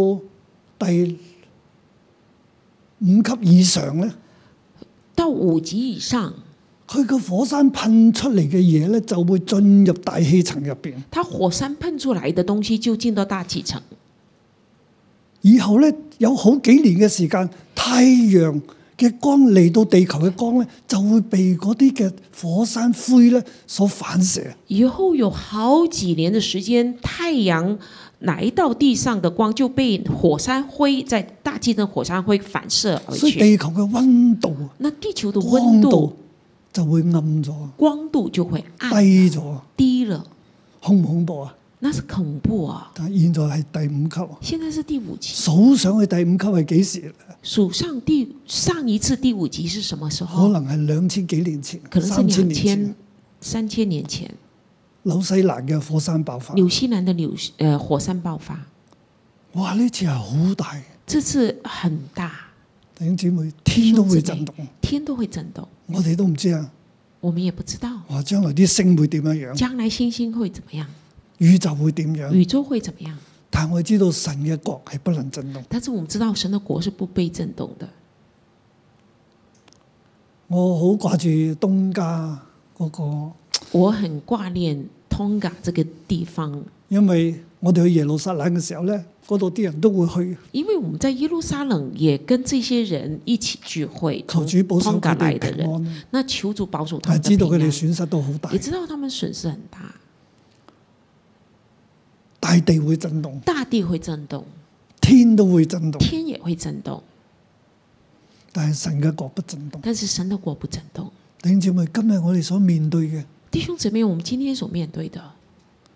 B: 第五級以上咧，
C: 到五級以上，
B: 佢個火山噴出嚟嘅嘢咧就會進入大氣層入邊，
C: 它火山噴出來的東西就進到大氣層。
B: 以後咧有好幾年嘅時間，太陽嘅光嚟到地球嘅光咧就會被嗰啲嘅火山灰咧所反射。
C: 以後有好幾年的時間，太陽來到地上的光就被火山灰在大氣的火山灰反射而
B: 所以
C: 去，
B: 地球嘅温度、啊
C: 那地球的
B: 光
C: 温
B: 度啊
C: 哎度、
B: 就會暗咗、
C: 光度就會暗
B: 低咗，
C: 低了，
B: 恐唔恐怖啊？
C: 那是恐怖啊！
B: 但係現在係第五級，
C: 現在是第五級，
B: 數上去第五級係幾時？
C: 數上第上一次第五級是什麼時
B: 可
C: 候？
B: 能係兩千幾年前、
C: 可能是
B: 三千
C: 兩
B: 年前
C: 千、三千年前，啊
B: 紐西蘭嘅火山爆發。
C: 紐西蘭的紐西呃火山爆發，
B: 哇！呢次係好大嘅，
C: 這次很大，
B: 弟兄姊妹，天都會震動，
C: 天都會震動，
B: 我哋都唔知啊！
C: 我們也不知道
B: 哇！將來啲星會點樣樣，
C: 將來星星會怎麼樣。
B: 宇宙會點樣？
C: 宇宙会怎么样？
B: 但我知道神嘅國係不能震動。
C: 但是我们知道神的国是不被震动的。
B: 我好掛住東家嗰、個，
C: 我很挂念 Tonga 這個地方，
B: 因為我哋去耶路撒冷嘅時候咧，嗰度啲人都會去。
C: 因為我們在耶路撒冷也跟這些人一起聚會，
B: 求
C: 從
B: 主保守佢
C: Tonga 來
B: 哋
C: 的
B: 平
C: 人，
B: 安啦，
C: 那求主保守他
B: 但
C: 們
B: 係知
C: 的
B: 道佢
C: 平
B: 哋
C: 安，
B: 損失都好大
C: 也，知道他們損失很大，
B: 大地會震動，
C: 大地會震動，
B: 天都會震動，
C: 天也會震動，
B: 但係神嘅國不震動。
C: 但是神的國不震動。
B: 弟兄姊妹，今日我哋所面對嘅
C: 弟兄姊妹，我們今天所面對的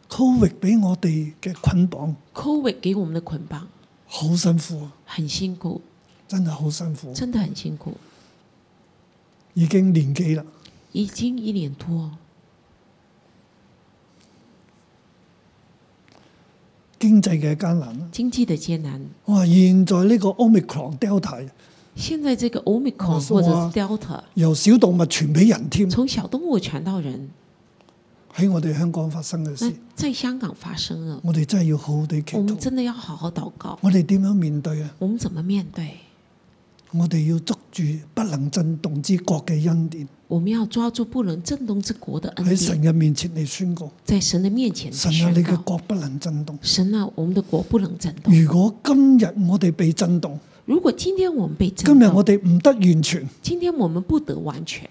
B: Covid 俾我哋嘅捆綁，
C: COVID 給我們的捆綁
B: 好辛苦啊，
C: 很辛苦，
B: 真係好辛苦，啊
C: 真的很辛苦，
B: 已經年紀啦。
C: 已經一年多，
B: 經濟嘅艱難啦，
C: 經濟的艱難，
B: 哇！現在呢個 Omicron Delta
C: 现在这个
B: 我
C: Omicron
B: 说
C: 或者
B: 啊
C: 是 Delta，
B: 由小動物傳俾人添，
C: 从小动物传到人，
B: 喺我哋香港發生嘅
C: 那
B: 事，
C: 在香港发生了，
B: 我哋真係要好好地祈
C: 嗯我们
B: 禱。
C: 真的要好好祷告。
B: 我哋點樣面對啊？
C: 我们怎么面对？
B: 我哋要捉住不能震動之國嘅恩典，
C: 我们要抓住不能震动之国的恩
B: 喺哎神
C: 典，
B: 嘅面前嚟宣告：
C: 在神的面前
B: 神啊，你
C: 宣
B: 嘅
C: 告。
B: 國不能震動。
C: 神啊，我们的国不能震动。
B: 如果今日我哋被震動，
C: 如果今天我们被
B: 今
C: 震
B: 日我
C: 动，
B: 哋唔得完全，
C: 今天我们不得完全，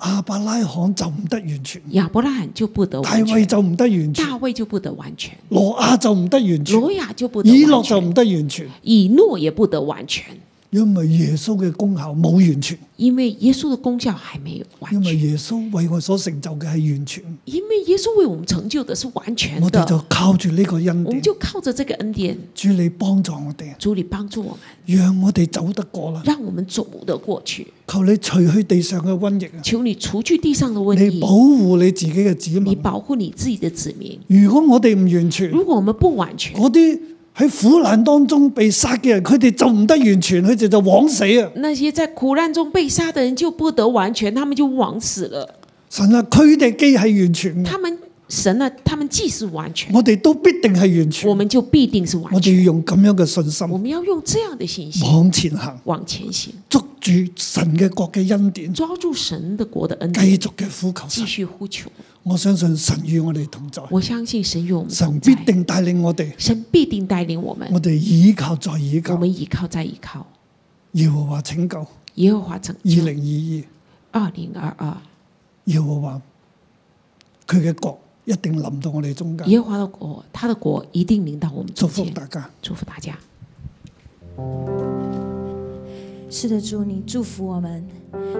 B: 亞伯拉罕就唔得完全，
C: 亚伯拉罕就不得
B: 大
C: 完
B: 衛
C: 全，
B: 就唔得完
C: 大
B: 全，
C: 卫就不得完全，
B: 羅亞就唔得完全，
C: 罗亚就不得
B: 以
C: 完
B: 諾就唔
C: 全，
B: 得完全，
C: 以诺也不得完全，
B: 因為耶穌嘅功效冇完全，
C: 因為耶穌的功效還沒有完
B: 因
C: 全
B: 為。耶穌為我所成就嘅係完全，
C: 因为耶稣为我们成就的是完全
B: 我哋就
C: 的，
B: 靠住呢個恩
C: 我们
B: 典，
C: 就靠着这个恩典，
B: 主你幫助我哋，
C: 主你帮助我们，
B: 讓我哋走得過啦。
C: 让我们走得过去。
B: 求你除去地上嘅瘟疫啊！
C: 求你除去地上的瘟
B: 你
C: 疫
B: 保，護你自己嘅子
C: 你
B: 民。啊
C: 保护你自己的子民。
B: 如果我哋唔完全，
C: 如果我们不完全，
B: 嗰啲喺苦難當中被殺嘅人，佢哋就唔得完全，佢哋就枉死啊！
C: 那些在苦难中被杀的人就不得完全，他们就枉死了。
B: 神啊，佢哋既係完全嘅，
C: 他们神呢、他们既是完全，
B: 我哋都必定係完
C: 我
B: 全。
C: 们就必定是完
B: 我哋
C: 全。
B: 要用咁樣嘅信
C: 我
B: 心
C: 们要用这样的信心
B: 往前行，
C: 往前行，
B: 捉住神嘅國嘅恩典，
C: 抓住神的国的恩
B: 繼
C: 典，
B: 續嘅呼求
C: 继
B: 神。
C: 续呼求。
B: 我相信神與我哋同在，
C: 我相信神与我们
B: 神
C: 同
B: 必
C: 在，
B: 定帶領我哋，
C: 神必定带领我们。
B: 我哋倚靠再倚
C: 我
B: 靠，
C: 们依靠再依靠，
B: 耶和華拯救。二
C: 耶和华拯
B: 零
C: 救。
B: 二二。
C: 二零二二，
B: 耶和華佢嘅國一定臨到我哋中間，
C: 耶和华的国，他的国一定领到我们
B: 祝
C: 中
B: 福
C: 间。
B: 大家。
C: 祝福大家。
D: 是的，主，你祝福我们。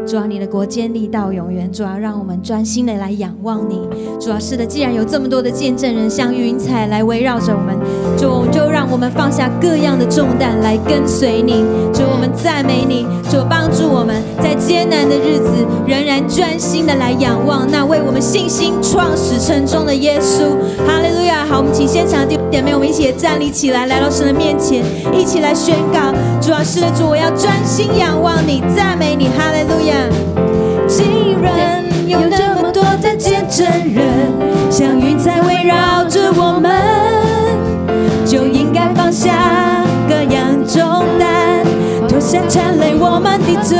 D: 主啊，你的国建立到永远。主啊，让我们专心的来仰望你。主啊，是的，既然有这么多的见证人像云彩来围绕着我们，主就让我们放下各样的重担来跟随你。主，我们赞美你。主，帮助我们在艰难的日子仍然专心的来仰望那为我们信心创始成终的耶稣。哈利路亚！好，我们请现场的弟兄姐妹，我们一起也站立起来，来到神的面前，一起来宣告：主啊，是的，主，我要专心仰望你，赞美你，哈利路亚。竟然有那么多的见证人，像云彩围绕着我们，就应该放下各样重重担，脱下缠累我们的罪。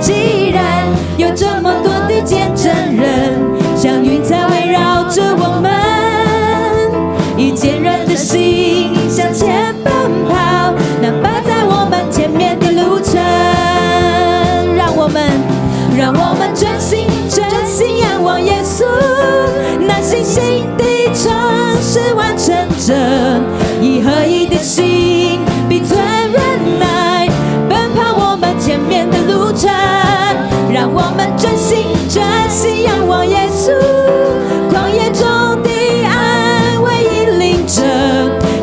D: 既然有这么多的见证人，像云彩围绕着我们，以坚韧的心向前奔跑，那摆在我们前面的路程，让我们，让我们专心专心仰望耶稣，那信心的城市完成着一合一的心，并存忍耐，奔跑我们前面的路程，让我们专心专心仰望耶稣，旷野中的安慰引领着，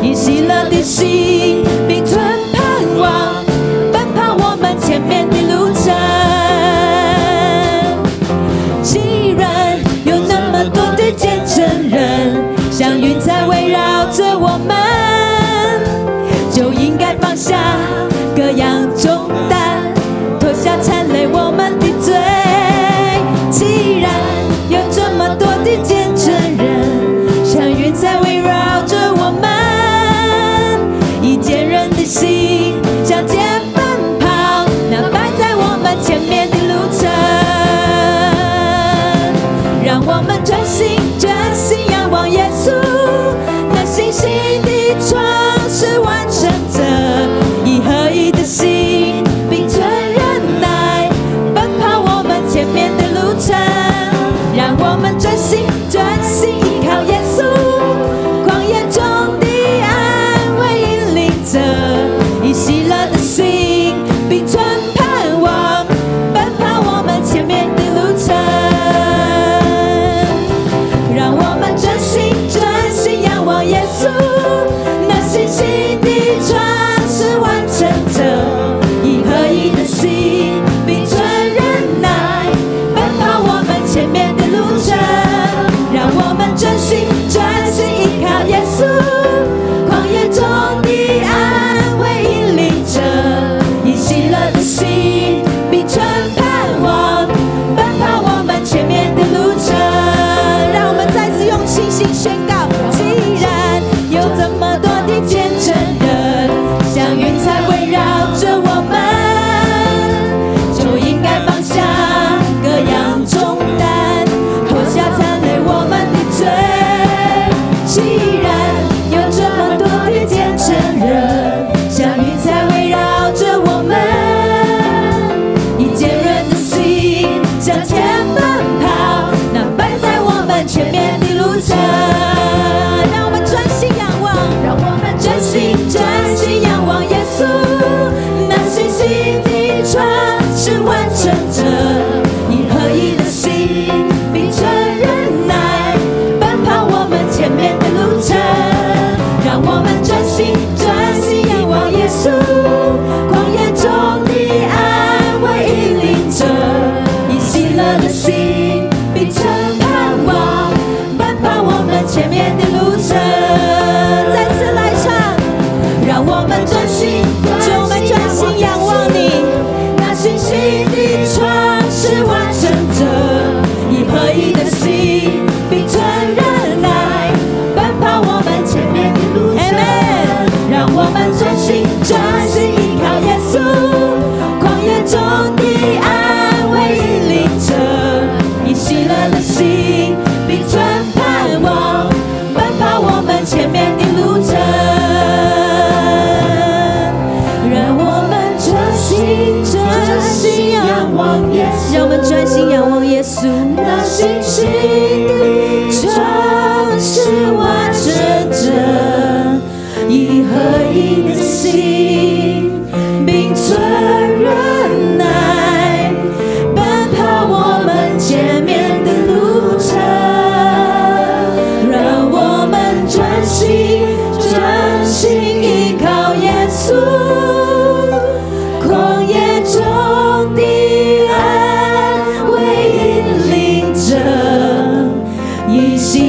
D: 以喜乐的心，并存盼望，奔跑我们前面的路程。既然有那么多的见证人，像云彩围绕着我们，就应该放下各样重担，脱下缠累我们的罪。既然有这么多的见证人，像云彩围绕着我们，以坚韧的心向前奔跑，那摆在我们前面的路程。让我们专心专心仰望耶稣，那信心的创始完成者，一合一的心，并存忍耐，奔跑我们前面的路程。让我们专心专心依靠耶稣，旷野中的安慰引领着，以喜乐的心，并存盼望，奔跑我们前面的路程。让我们专心专心仰望耶稣，那信心的创始完成者，一合一的心，并存忍耐，奔跑我们前面的路程。让我们专心专心依靠耶稣，旷野中的安慰引领着，以喜乐的心，并存盼望，奔跑我们前面的路程。让我们再次用信心宣告：既然有这么多的见证人，像云彩围绕着我们，就应该放下各样重担，脱下残累我们的罪。既然有这么多的见证人，像云彩围绕着我们。以坚韧的心向前奔跑，那摆在我们前面的路程。让我们专心仰望，让我们专心专心仰望耶稣，那信心的船是完成者，一合一的心，并存忍耐，奔跑我们前面的路程。让我们专心专心仰望耶稣，旷野中的安慰引领着，以喜乐的心秉承盼望，奔跑我们前面的路程。再次来唱，让我们专心，让我们专心仰望你，那信心的创始完成者，以合一的心秉承忍耐，奔跑我们前面的路程。让我们专心专心依靠耶稣，旷野中的安慰引领着，以喜乐的心，并存盼望，奔跑我们前面的路程。让我们专心专心仰望耶稣，让我们专心仰望耶稣，那信心的城市完成着。一合一的心，并存忍耐，奔跑我们前面的路程。让我们专心专心依靠耶稣，旷野中的安慰引领着。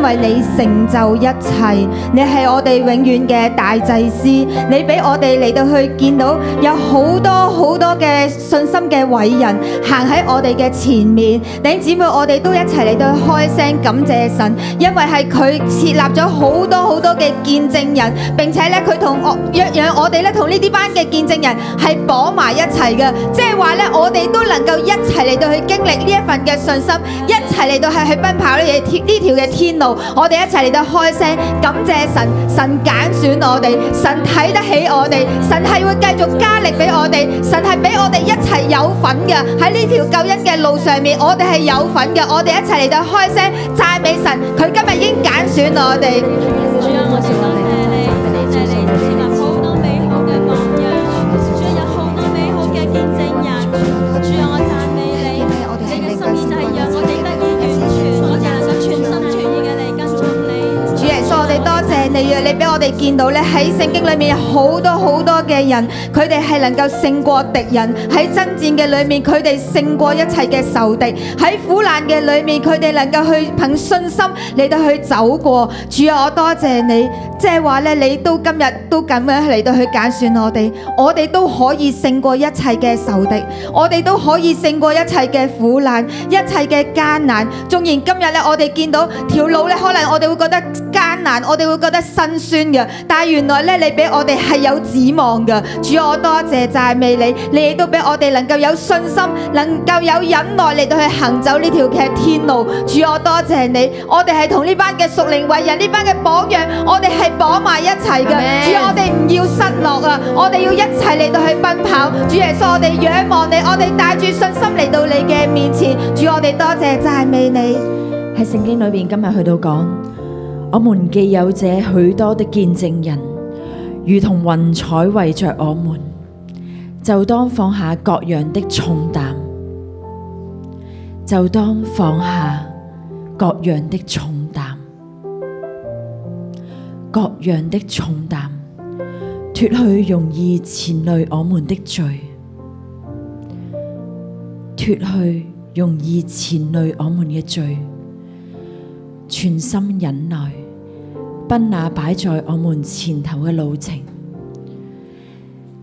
E: 為你成就一切。你係我哋永遠嘅大祭司，你俾我哋嚟到去見到有好多好多嘅信心嘅偉人行喺我哋嘅前面。弟兄姊妹，我哋都一齊嚟到開聲感謝神，因為係佢設立咗好多好多嘅見證人，並且咧佢同我約讓我哋咧同呢啲班嘅見證人係綁埋一齊嘅，即係話咧我哋都能夠一齊嚟到去經歷呢一份嘅信心，一齊嚟到係去奔跑呢嘢呢條嘅天路，我哋一齊嚟到開聲感謝神，神揀選我哋，神睇得起我哋，神係會繼續加力俾我哋，神係俾我哋一齊有份嘅喺呢條救恩嘅路上面，我哋係有份嘅，我哋一齊嚟到開聲讚美神，佢今日已經揀選我哋。
F: 主啊，我哋多謝你，多謝你設立好多美好嘅榜樣，主啊，有好多美好嘅見證人，主啊，我讚美你，你嘅心意就係讓我哋得以完全，我哋能夠全心全意嘅嚟跟從你。
E: 主耶穌，我哋多謝你啊！你俾我哋見到咧喺聖經裏面有好多好多嘅人，佢哋係能夠勝過敵人；喺爭戰嘅裏面，佢哋勝過一切嘅仇敵；喺苦難嘅裏面，佢哋能夠去憑信心嚟到去走過。主啊，我多謝你，即係話咧，你都今日都咁樣嚟到去揀選我哋，我哋都可以勝過一切嘅仇敵，我哋都可以勝過一切嘅苦難、一切嘅艱難。縱然今日咧，我哋見到條路咧，可能我哋會覺得艱難，我哋會覺得辛酸嘅，但係原來咧，你俾我哋係有指望嘅。主啊，我多謝讚美你，你亦都俾我哋能夠有信心，能夠有忍耐嚟到去行走呢條嘅天路。主啊，我多謝你，我哋係同呢班嘅屬靈偉人呢班嘅榜樣，我哋係綁埋一齊嘅。主啊，我哋唔要失落啊，我哋要一齊嚟到去奔跑。主耶穌，我哋仰望你，我哋帶住信心嚟到你嘅面前。主，我哋多謝讚美你。
D: 喺聖經裏邊今日去到講，我們既有這許多的見證人，如同雲彩圍着我們，就當放下各樣的重擔，就當放下各樣的重擔，各樣的重擔，脱去容易纏累我們的罪，脱去容易纏累我們嘅罪。全心忍耐，奔那擺在我們前頭嘅路程。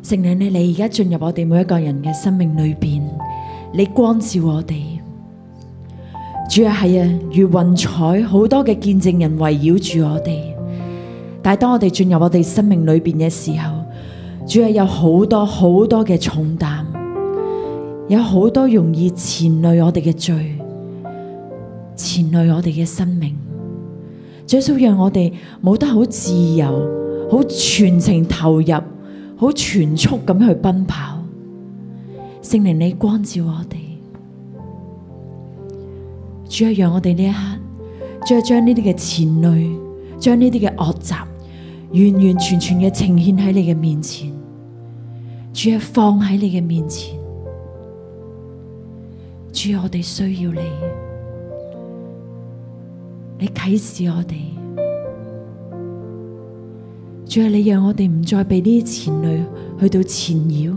D: 聖靈你，你而家進入我哋每一個人嘅生命裏邊，你光照我哋。主啊，係啊，如雲彩，好多嘅見證人圍繞住我哋。但係當我哋進入我哋生命裏邊嘅時候，主啊，有好多好多嘅重擔，有好多容易纏累我哋嘅罪。前累我哋嘅生命。主耶穌讓我哋冇得好自由，好全程投入，好全速咁去奔跑。聖靈你光照我哋，主啊，讓我哋呢一刻，主啊，將呢啲嘅前累，將呢啲嘅惡習，完完全全嘅呈現喺你嘅面前。主啊，放喺你嘅面前。主啊，我哋需要你。你啟示我哋，主啊，你讓我哋唔再被呢啲纏累去到纏繞。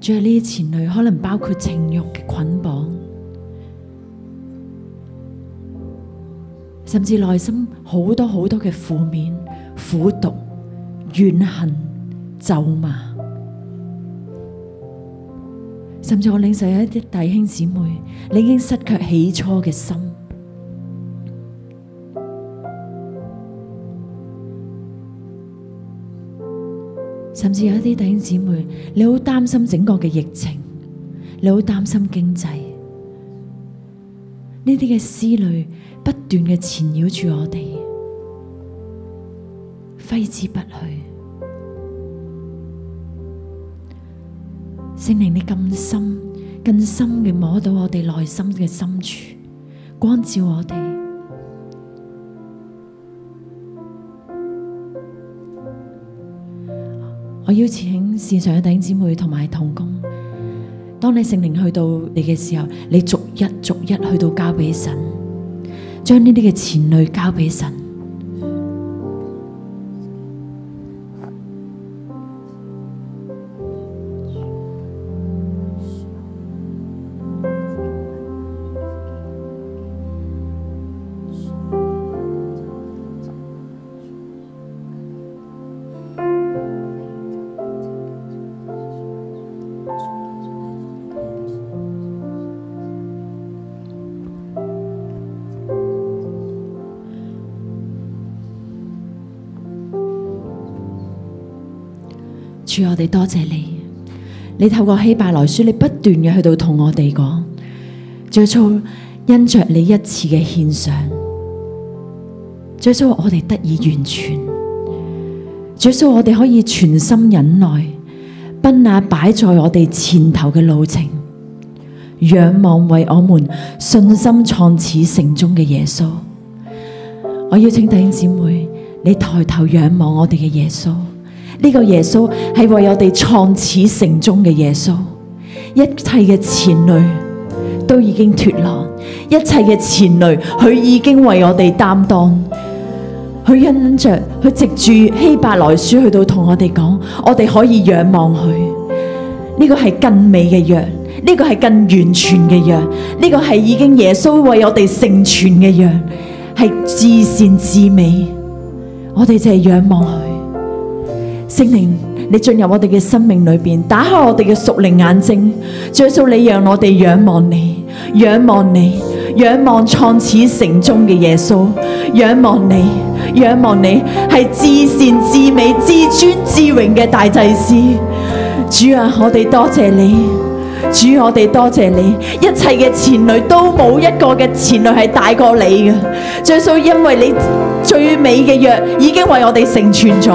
D: 主啊，呢啲纏累可能包括情欲嘅捆綁，甚至內心好多好多嘅負面、苦毒、怨恨、咒罵。甚至我領受一啲弟兄姊妹，你已經失卻起初嘅心。甚至有一啲弟兄姊妹，你好擔心整個嘅疫情，你好擔心經濟，呢啲嘅思慮不斷嘅纏繞住我哋，揮之不去。聖靈，你更深、更深嘅摸到我哋內心嘅深處，光照我哋。我邀請線上嘅弟兄姊妹同埋同工，當你聖靈去到你嘅時候，你逐一逐一去到交俾神，將呢啲嘅前累交俾神。主，我哋多謝你，你透過希伯來書，你不斷嘅去到同我哋講，最初因着你一次嘅獻上，最初我哋得以完全，最初我哋可以全心忍耐，奔那擺在我哋前頭嘅路程，仰望為我們信心創始成終嘅耶穌。我邀請弟兄姊妹，你抬頭仰望我哋嘅耶穌。呢個耶穌係為我哋創始成終嘅耶穌，一切嘅纏累都已經脱落，一切嘅纏累佢已經為我哋擔當。佢因着佢藉住希伯來書去到同我哋講，我哋可以仰望佢。呢個係更美嘅約，呢個係更完全嘅約，呢個係已經耶穌為我哋成全嘅約，係至善至美。我哋就係仰望佢。聖靈，你進入我哋嘅生命裏邊，打開我哋嘅屬靈眼睛，最數你讓我哋仰望你，仰望你，仰望創始成終嘅耶穌，仰望你，仰望你係至善至美、至尊至榮嘅大祭司。主啊，我哋多謝你，主啊我哋多謝你，一切嘅前累都冇一個嘅前累係大過你嘅，最數因為你最美嘅約已經為我哋成全咗，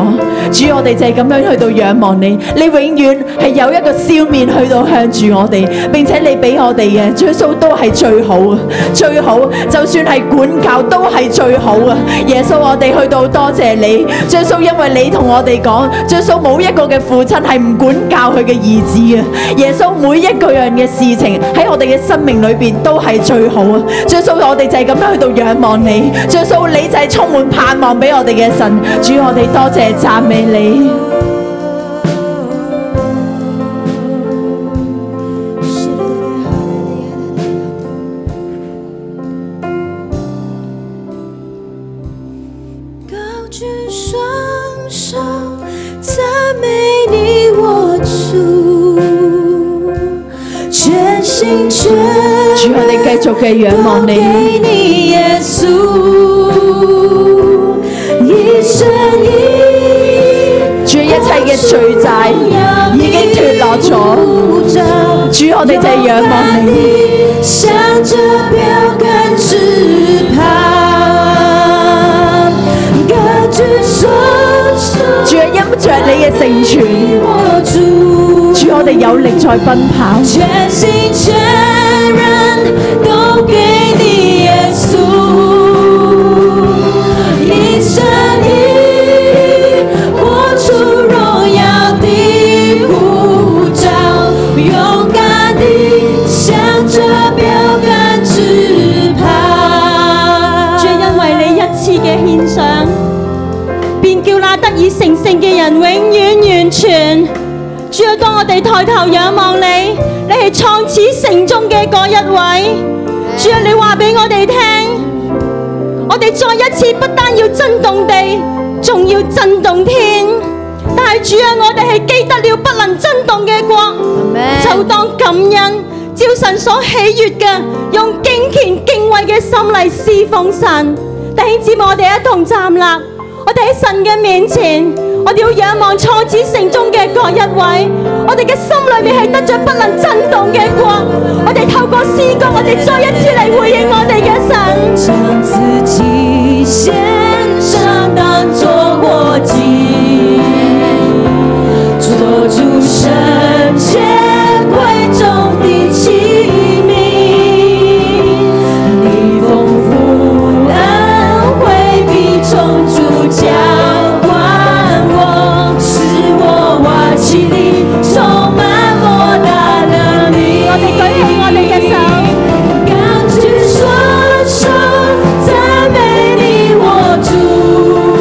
D: 主我哋就係咁樣去到仰望你，你永遠係有一個笑面去到向住我哋，並且你俾我哋嘅最數都係最好嘅，最好就算係管教都係最好啊！耶穌，我哋去到多謝你，最數因為你同我哋講，最數冇一個嘅父親係唔管教佢嘅兒子嘅，耶穌每一個樣嘅事情喺我哋嘅生命裏邊都係最好啊！最數我哋就係咁樣去到仰望你，最數你就係充滿盼望俾我哋嘅神，主我哋多謝讚美你。
G: 高举双手，赞美你我主，全心全
D: 主我哋繼續嘅仰望你，
G: 给你耶稣，一生一
D: 主一切嘅罪債已經脱落咗，主我哋就係仰望你。
G: 向着标杆直跑，高举双手，
D: 主啊，因着你嘅成全，
G: 我主，
D: 主我哋有力在奔跑，
G: 全心全人都给你耶稣，一生一活出荣耀的护照，勇敢地向着标杆直跑。
H: 主因为你一次嘅献上，便叫那得以成圣嘅人永远完全。主啊，当我哋抬头仰望你，你系创始成终嘅嗰一位。主啊，你话俾我哋听，我哋再一次不单要震动地，仲要震动天。但系主啊，我哋系记得了不能震动嘅国。就当感恩，照神所喜悦嘅，用敬虔敬畏嘅心嚟侍奉神。弟兄姊妹，我哋一同站立，我哋喺神嘅面前，我哋要仰望創始成終嘅嗰一位。我哋嘅心裏面係得着不能震動嘅光，我哋透過詩歌，我哋再一次嚟回應我哋嘅神。
G: 将自己献上，当作活祭，做主圣洁贵重的器皿。你丰富恩惠必从主浇灌我，使我瓦器里充满莫大能力。
H: 我哋舉起我哋嘅手。
G: 高举双手，赞美你我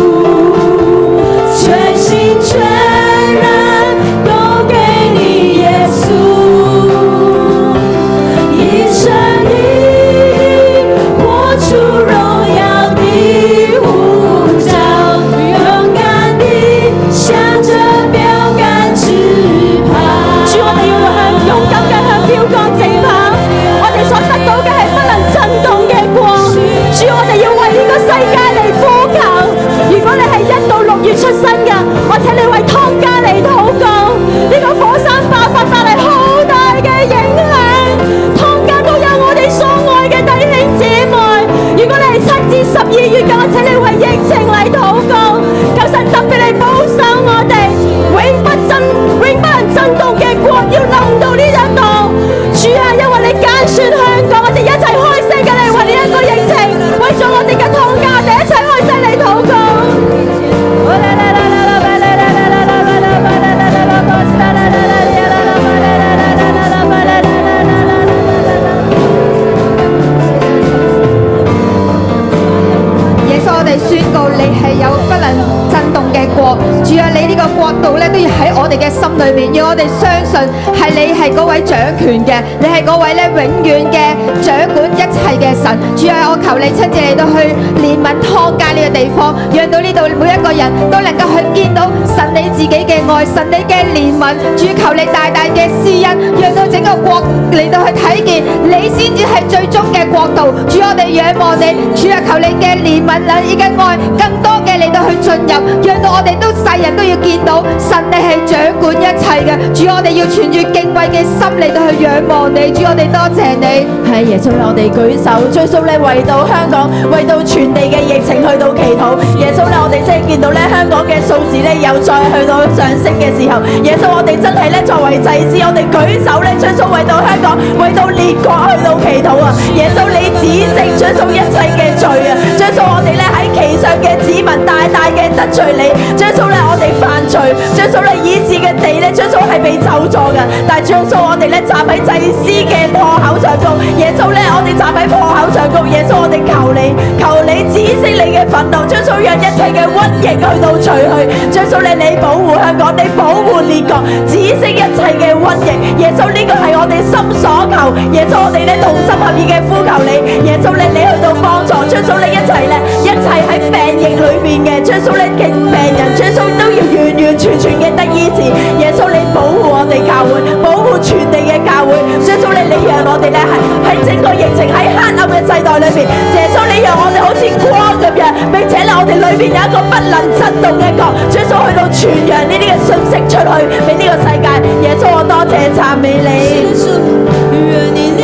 E: 以喺我哋嘅心裏面，要我哋相信係你係嗰位掌權嘅，你係嗰位咧永遠嘅掌管一切嘅神。主啊，我求你親自嚟到去憐憫湯界呢個地方，讓到呢度每一個人都能夠去見到神你自己嘅愛，神你嘅憐憫。主求你大大嘅施恩，讓到整個國嚟到去睇見你先至係最終嘅國度。主，我哋仰望你，主啊，求你嘅憐憫，你嘅愛更多嘅嚟到去進入，讓到我哋都世人都要見到神你係掌管一切嘅。主，我哋要存住敬畏嘅心嚟到去仰望你。主，我哋多謝你。
H: 系啊耶稣，我哋举手，耶稣咧为到香港，为到全地嘅疫情去到祈祷。耶稣咧，我哋真系见到咧香港嘅數字咧又再去到上升嘅時候，耶穌，我哋真係咧作為祭司，我哋舉手咧，耶穌為到香港，為到列國去到祈禱啊！耶穌，你指勝耶穌一切嘅罪啊！耶穌，我哋咧喺其上嘅子民大大嘅得罪你，耶穌咧我哋犯罪，耶穌咧以致嘅地咧，耶穌係被咒詛嘅，但係耶穌我哋咧站喺祭司嘅破口上高，耶穌咧我哋站喺破口上高，耶穌我哋求你，求你指勝你嘅憤怒，耶穌讓一切嘅瘟疫去到除去，耶穌咧你保護香港，你保護列國，指勝一切嘅瘟疫，耶穌呢個係我哋心所求，耶穌我哋咧同心合意嘅呼求你，耶穌咧你去到幫助，耶穌你一齊咧一切喺病疫裏面嘅，耶穌咧嘅病人，耶穌都要完完全全嘅得醫治，耶穌你保護我哋教會，保護全地嘅教會，耶穌咧你讓我哋咧係喺整個疫情喺黑暗嘅世代裏面，耶穌你讓我哋好似光咁樣，並且咧我哋裏面有一個不能震動嘅國，耶穌去到傳揚呢啲嘅信息出去俾呢個世界，耶穌我多謝讚美你。
I: 主，愿你裂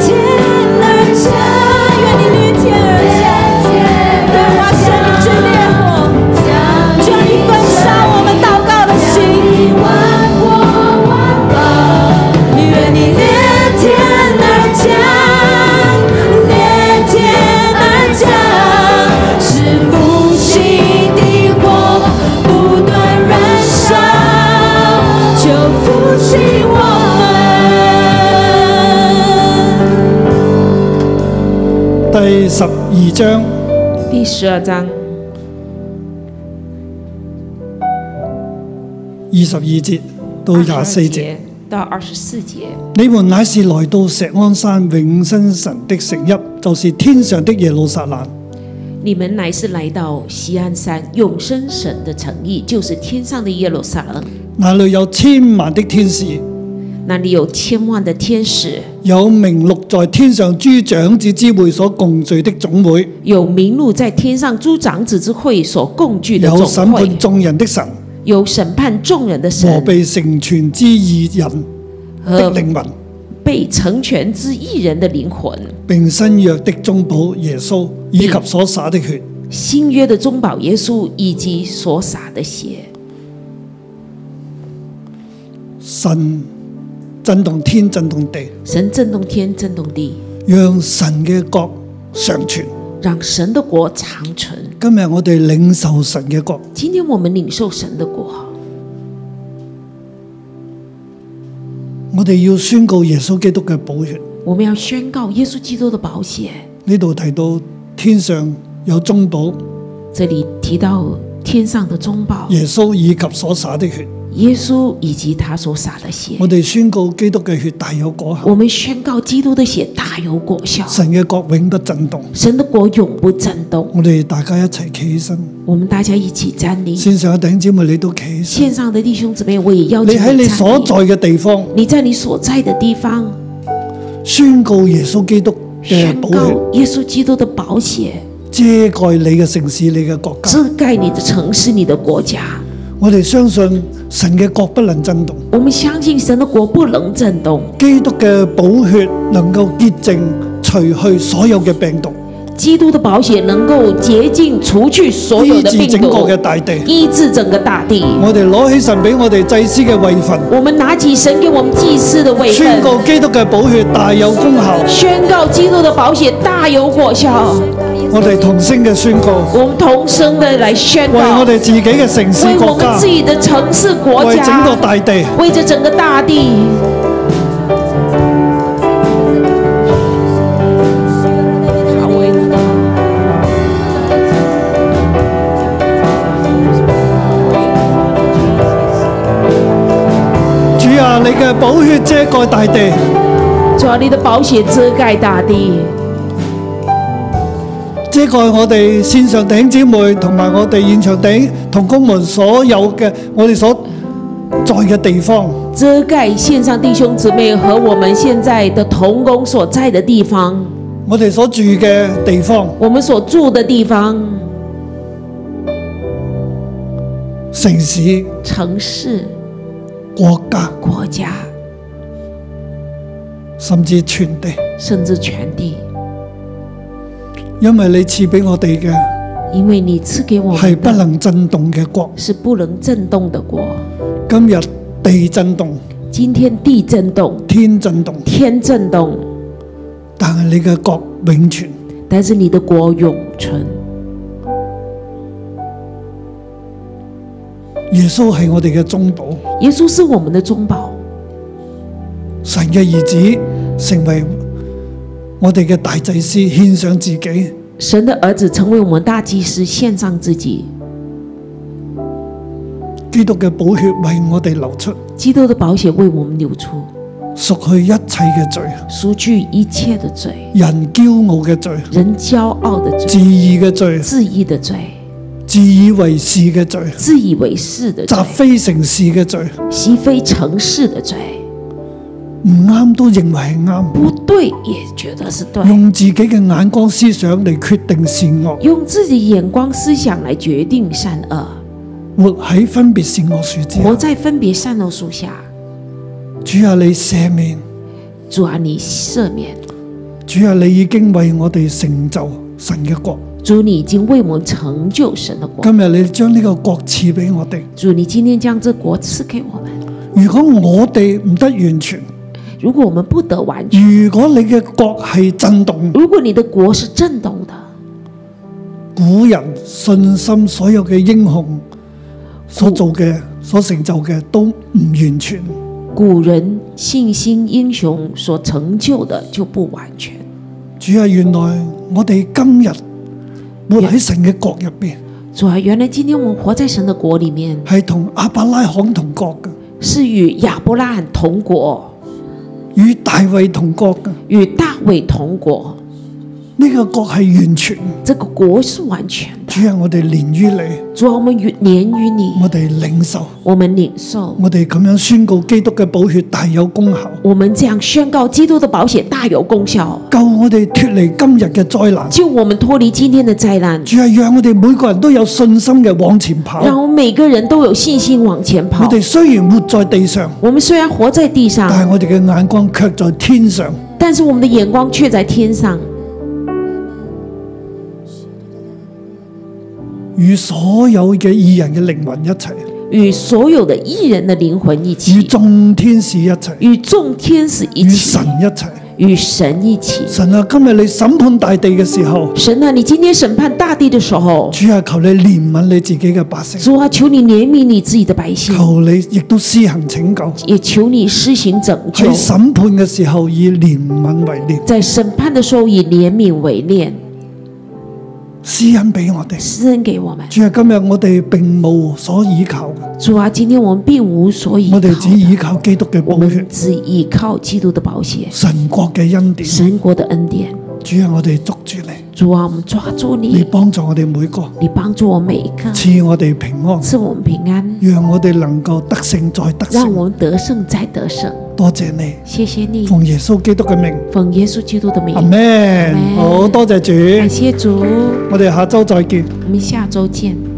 I: 天而降，愿你裂天而降，对我生命之烈火，求你焚烧我们祷告的心。愿你裂天而降，裂天而降，是不息的火不断燃烧，就复兴我们。
B: 第十二章
C: 第十二章
B: 二十二節到廿四
C: 22
B: 節。
C: 到二十四节，
B: 你們乃是來到石安山永生神的城邑，就是天上的耶路撒冷。
C: 你们乃是来到西安山永生神的诚意，就是天上的耶路撒冷，
B: 那裏有千萬的天使，
C: 那里有千万的天使，
B: 有名錄在天上諸長子之會所共聚的總會，
C: 有名录在天上诸长子之会所共聚的
B: 有審
C: 总会
B: 判，眾人的神
C: 有审判众人的神
B: 和被成全之義人的
C: 和
B: 靈魂，
C: 被成全之一人的灵魂，
B: 並新約的中保耶穌以及所灑的血。
C: 新约的中保耶稣以及所洒的血。
B: 神震動天，震動地，
C: 神震动天，震动地，
B: 讓神嘅國常存。
C: 让神的国长存。
B: 今日我哋領受神嘅國。
C: 今天我们领受神的国，
B: 我哋要宣告耶稣基督嘅宝血。
C: 我们要宣告耶稣基督的保险。
B: 呢度提到天上有中保
C: 这里提到天上的中保
B: 耶稣以及所洒的血，
C: 耶稣以及他所洒的血。
B: 我哋宣告基督嘅血大有果效，
C: 我们宣告基督的血大有果效，
B: 神嘅国永不震动。
C: 神的国永不震动。
B: 我哋大家一齊企起身，
C: 我们大家一起站立。
B: 線上嘅弟兄姊妹你都企起身。
C: 线上的弟兄姊妹，我也邀
B: 你
C: 请
B: 喺你
C: 站
B: 所
C: 立
B: 在嘅地方
C: 你在你所在的地方
B: 宣告耶穌基督嘅
C: 宣
B: 寶
C: 告
B: 血，
C: 耶穌基督的寶血
B: 遮蓋你嘅城市、你嘅國家。
C: 遮盖你的城市、你的国家。
B: 我哋相信神嘅國不能震動，
C: 我们相信神的国不能震动，
B: 基督嘅寶血能夠潔淨，除去所有嘅病毒，
C: 基督的宝血能够洁净、除去所有
B: 醫
C: 的
B: 治
C: 病
B: 整個
C: 毒，
B: 嘅大地。
C: 医治整个大地。
B: 我哋攞起神俾我哋祭司嘅位份，
C: 我们拿起神给我们祭祀的位
B: 宣
C: 份，
B: 告基督嘅寶血大有功效。
C: 宣告基督的宝血大有果效。
B: 我哋同聲嘅宣告，
C: 我们同声的来宣
B: 為
C: 告，
B: 我
C: 为
B: 哋自己嘅城市、
C: 我
B: 國
C: 们
B: 家
C: 自，己的城市、国
B: 為整個
C: 家，
B: 大地，
C: 为着整个大地。
B: 嘅寶血遮蓋大地，
C: 主啊，你的宝血遮盖大地，
B: 遮蓋我哋線上弟兄姊妹同埋我哋現場弟兄同工們所有嘅我哋所在嘅地方。
C: 遮盖线上弟兄姊妹和我们现在的同工所在的地方，
B: 我哋所住嘅地方，
C: 我们所住的地方、
B: 城市、
C: 城市、
B: 國家，
C: 国家，
B: 甚至全地，
C: 甚至全地，
B: 因為你賜俾我哋嘅
C: 因为你赐给我
B: 係
C: 们
B: 不
C: 的
B: 能震動嘅國。
C: 是不能震动的国。
B: 今日地震動，
C: 今天地震动，
B: 天震動，
C: 天震动，
B: 但係你嘅國永存。
C: 但是你的国永存。
B: 耶穌係我哋嘅中保，
C: 耶稣是我们的中保，
B: 神嘅兒子成為我哋嘅大祭司，獻上自己。
C: 神的儿子成为我们大祭司，献上自己。
B: 基督嘅寶血為我哋流出，
C: 基督的宝血为我们流出，
B: 贖去一切嘅罪，
C: 赎去一切的罪，
B: 人驕傲嘅罪、
C: 人骄傲的罪、
B: 自義嘅罪、
C: 自义的罪、
B: 自以為是嘅罪、
C: 自以为是的罪
B: 習、非成是嘅罪。
C: 习非成是的罪，
B: 唔啱都認為係啱，
C: 不对也觉得是对，
B: 用自己嘅眼光思想嚟決定善惡，
C: 用自己眼光思想来决定善恶，
B: 活喺分別善惡樹之
C: 活
B: 下。
C: 在分别善恶树下。
B: 主啊，你赦免，
C: 主啊，你赦免，
B: 主啊，你已經為我哋成就神嘅國。
C: 主你已经为我们成就神的国，
B: 今日你將呢個國賜俾我哋。
C: 主你今天将这国赐给我们。
B: 如果我哋唔得完全，
C: 如果我们不得完全，
B: 如果你嘅國係震動，
C: 如果你的国是震动的，
B: 古人信心所有嘅英雄所做嘅、所成就嘅都唔完全。
C: 古人信心英雄所成就的就不完全。
B: 主啊，原來我哋今日活喺神嘅國入邊。
C: 主啊，原来今天我们活在神的国里面，
B: 係同阿伯拉罕同國嘅，
C: 是与亚伯拉罕同国，
B: 與大衛同國嘅。
C: 与大卫同国。
B: 呢、個國係完全，
C: 这个国是完全的。
B: 主啊，我哋連於你，
C: 主啊，我们与连于你，
B: 我哋領受，
C: 我们领受，
B: 我哋咁樣宣告基督嘅寶血大有功效，
C: 我们这样宣告：基督的保险大有功效，
B: 救我哋脱離今日嘅災難。
C: 救我们脱离今天的灾难，
B: 主啊，讓我哋每個人都有信心嘅往前跑。
C: 让我们每个人都有信心往前
B: 我
C: 跑。
B: 哋雖然活在地上，
C: 我们虽然活在地
B: 但係
C: 上，
B: 我哋嘅眼光卻在天上。
C: 但是我们的眼光却在天上，
B: 與所有嘅義人嘅靈魂一齊，
C: 与所有的艺人的灵魂一
B: 與
C: 起，
B: 眾天使一齊，
C: 与众天使一
B: 與
C: 起
B: 神，一齊。
C: 与神一起。
B: 神啊，今日你審判大地嘅時候，
C: 神啊，你今天审判大地的时候，
B: 主啊，求你憐憫你自己嘅百姓，
C: 主啊，求你怜悯你自己的百姓，
B: 求你亦都施行拯救。
C: 也求你施行拯救
B: 喺。審判嘅時候以憐憫為念，
C: 在审判的时候以怜悯为念，
B: 施恩俾我哋。
C: 施恩给我们。
B: 主啊，今日我哋並無所倚靠嘅，
C: 主啊，今天我们并无所依靠
B: 我哋只
C: 的，
B: 倚靠基督嘅
C: 我
B: 寶血
C: 们、只依靠基督的保险、
B: 神國嘅恩典。
C: 神国的恩典。
B: 主啊，我哋捉住你，
C: 主啊，我们抓住
B: 你
C: 你，
B: 幫助我哋每個，
C: 你幫助我每一个，
B: 賜我哋平安，
C: 赐我们平安，
B: 讓我哋能夠得勝再得
C: 让
B: 勝。
C: 我们得胜再得胜。
B: 多謝你，
C: 谢谢你，
B: 奉耶穌基督嘅名，
C: 奉耶穌基督的名
B: 阿，門。
C: Amen
B: 好多謝
C: 感
B: 主，
C: 谢主。
B: 我哋下周再見。
C: 我们下周见。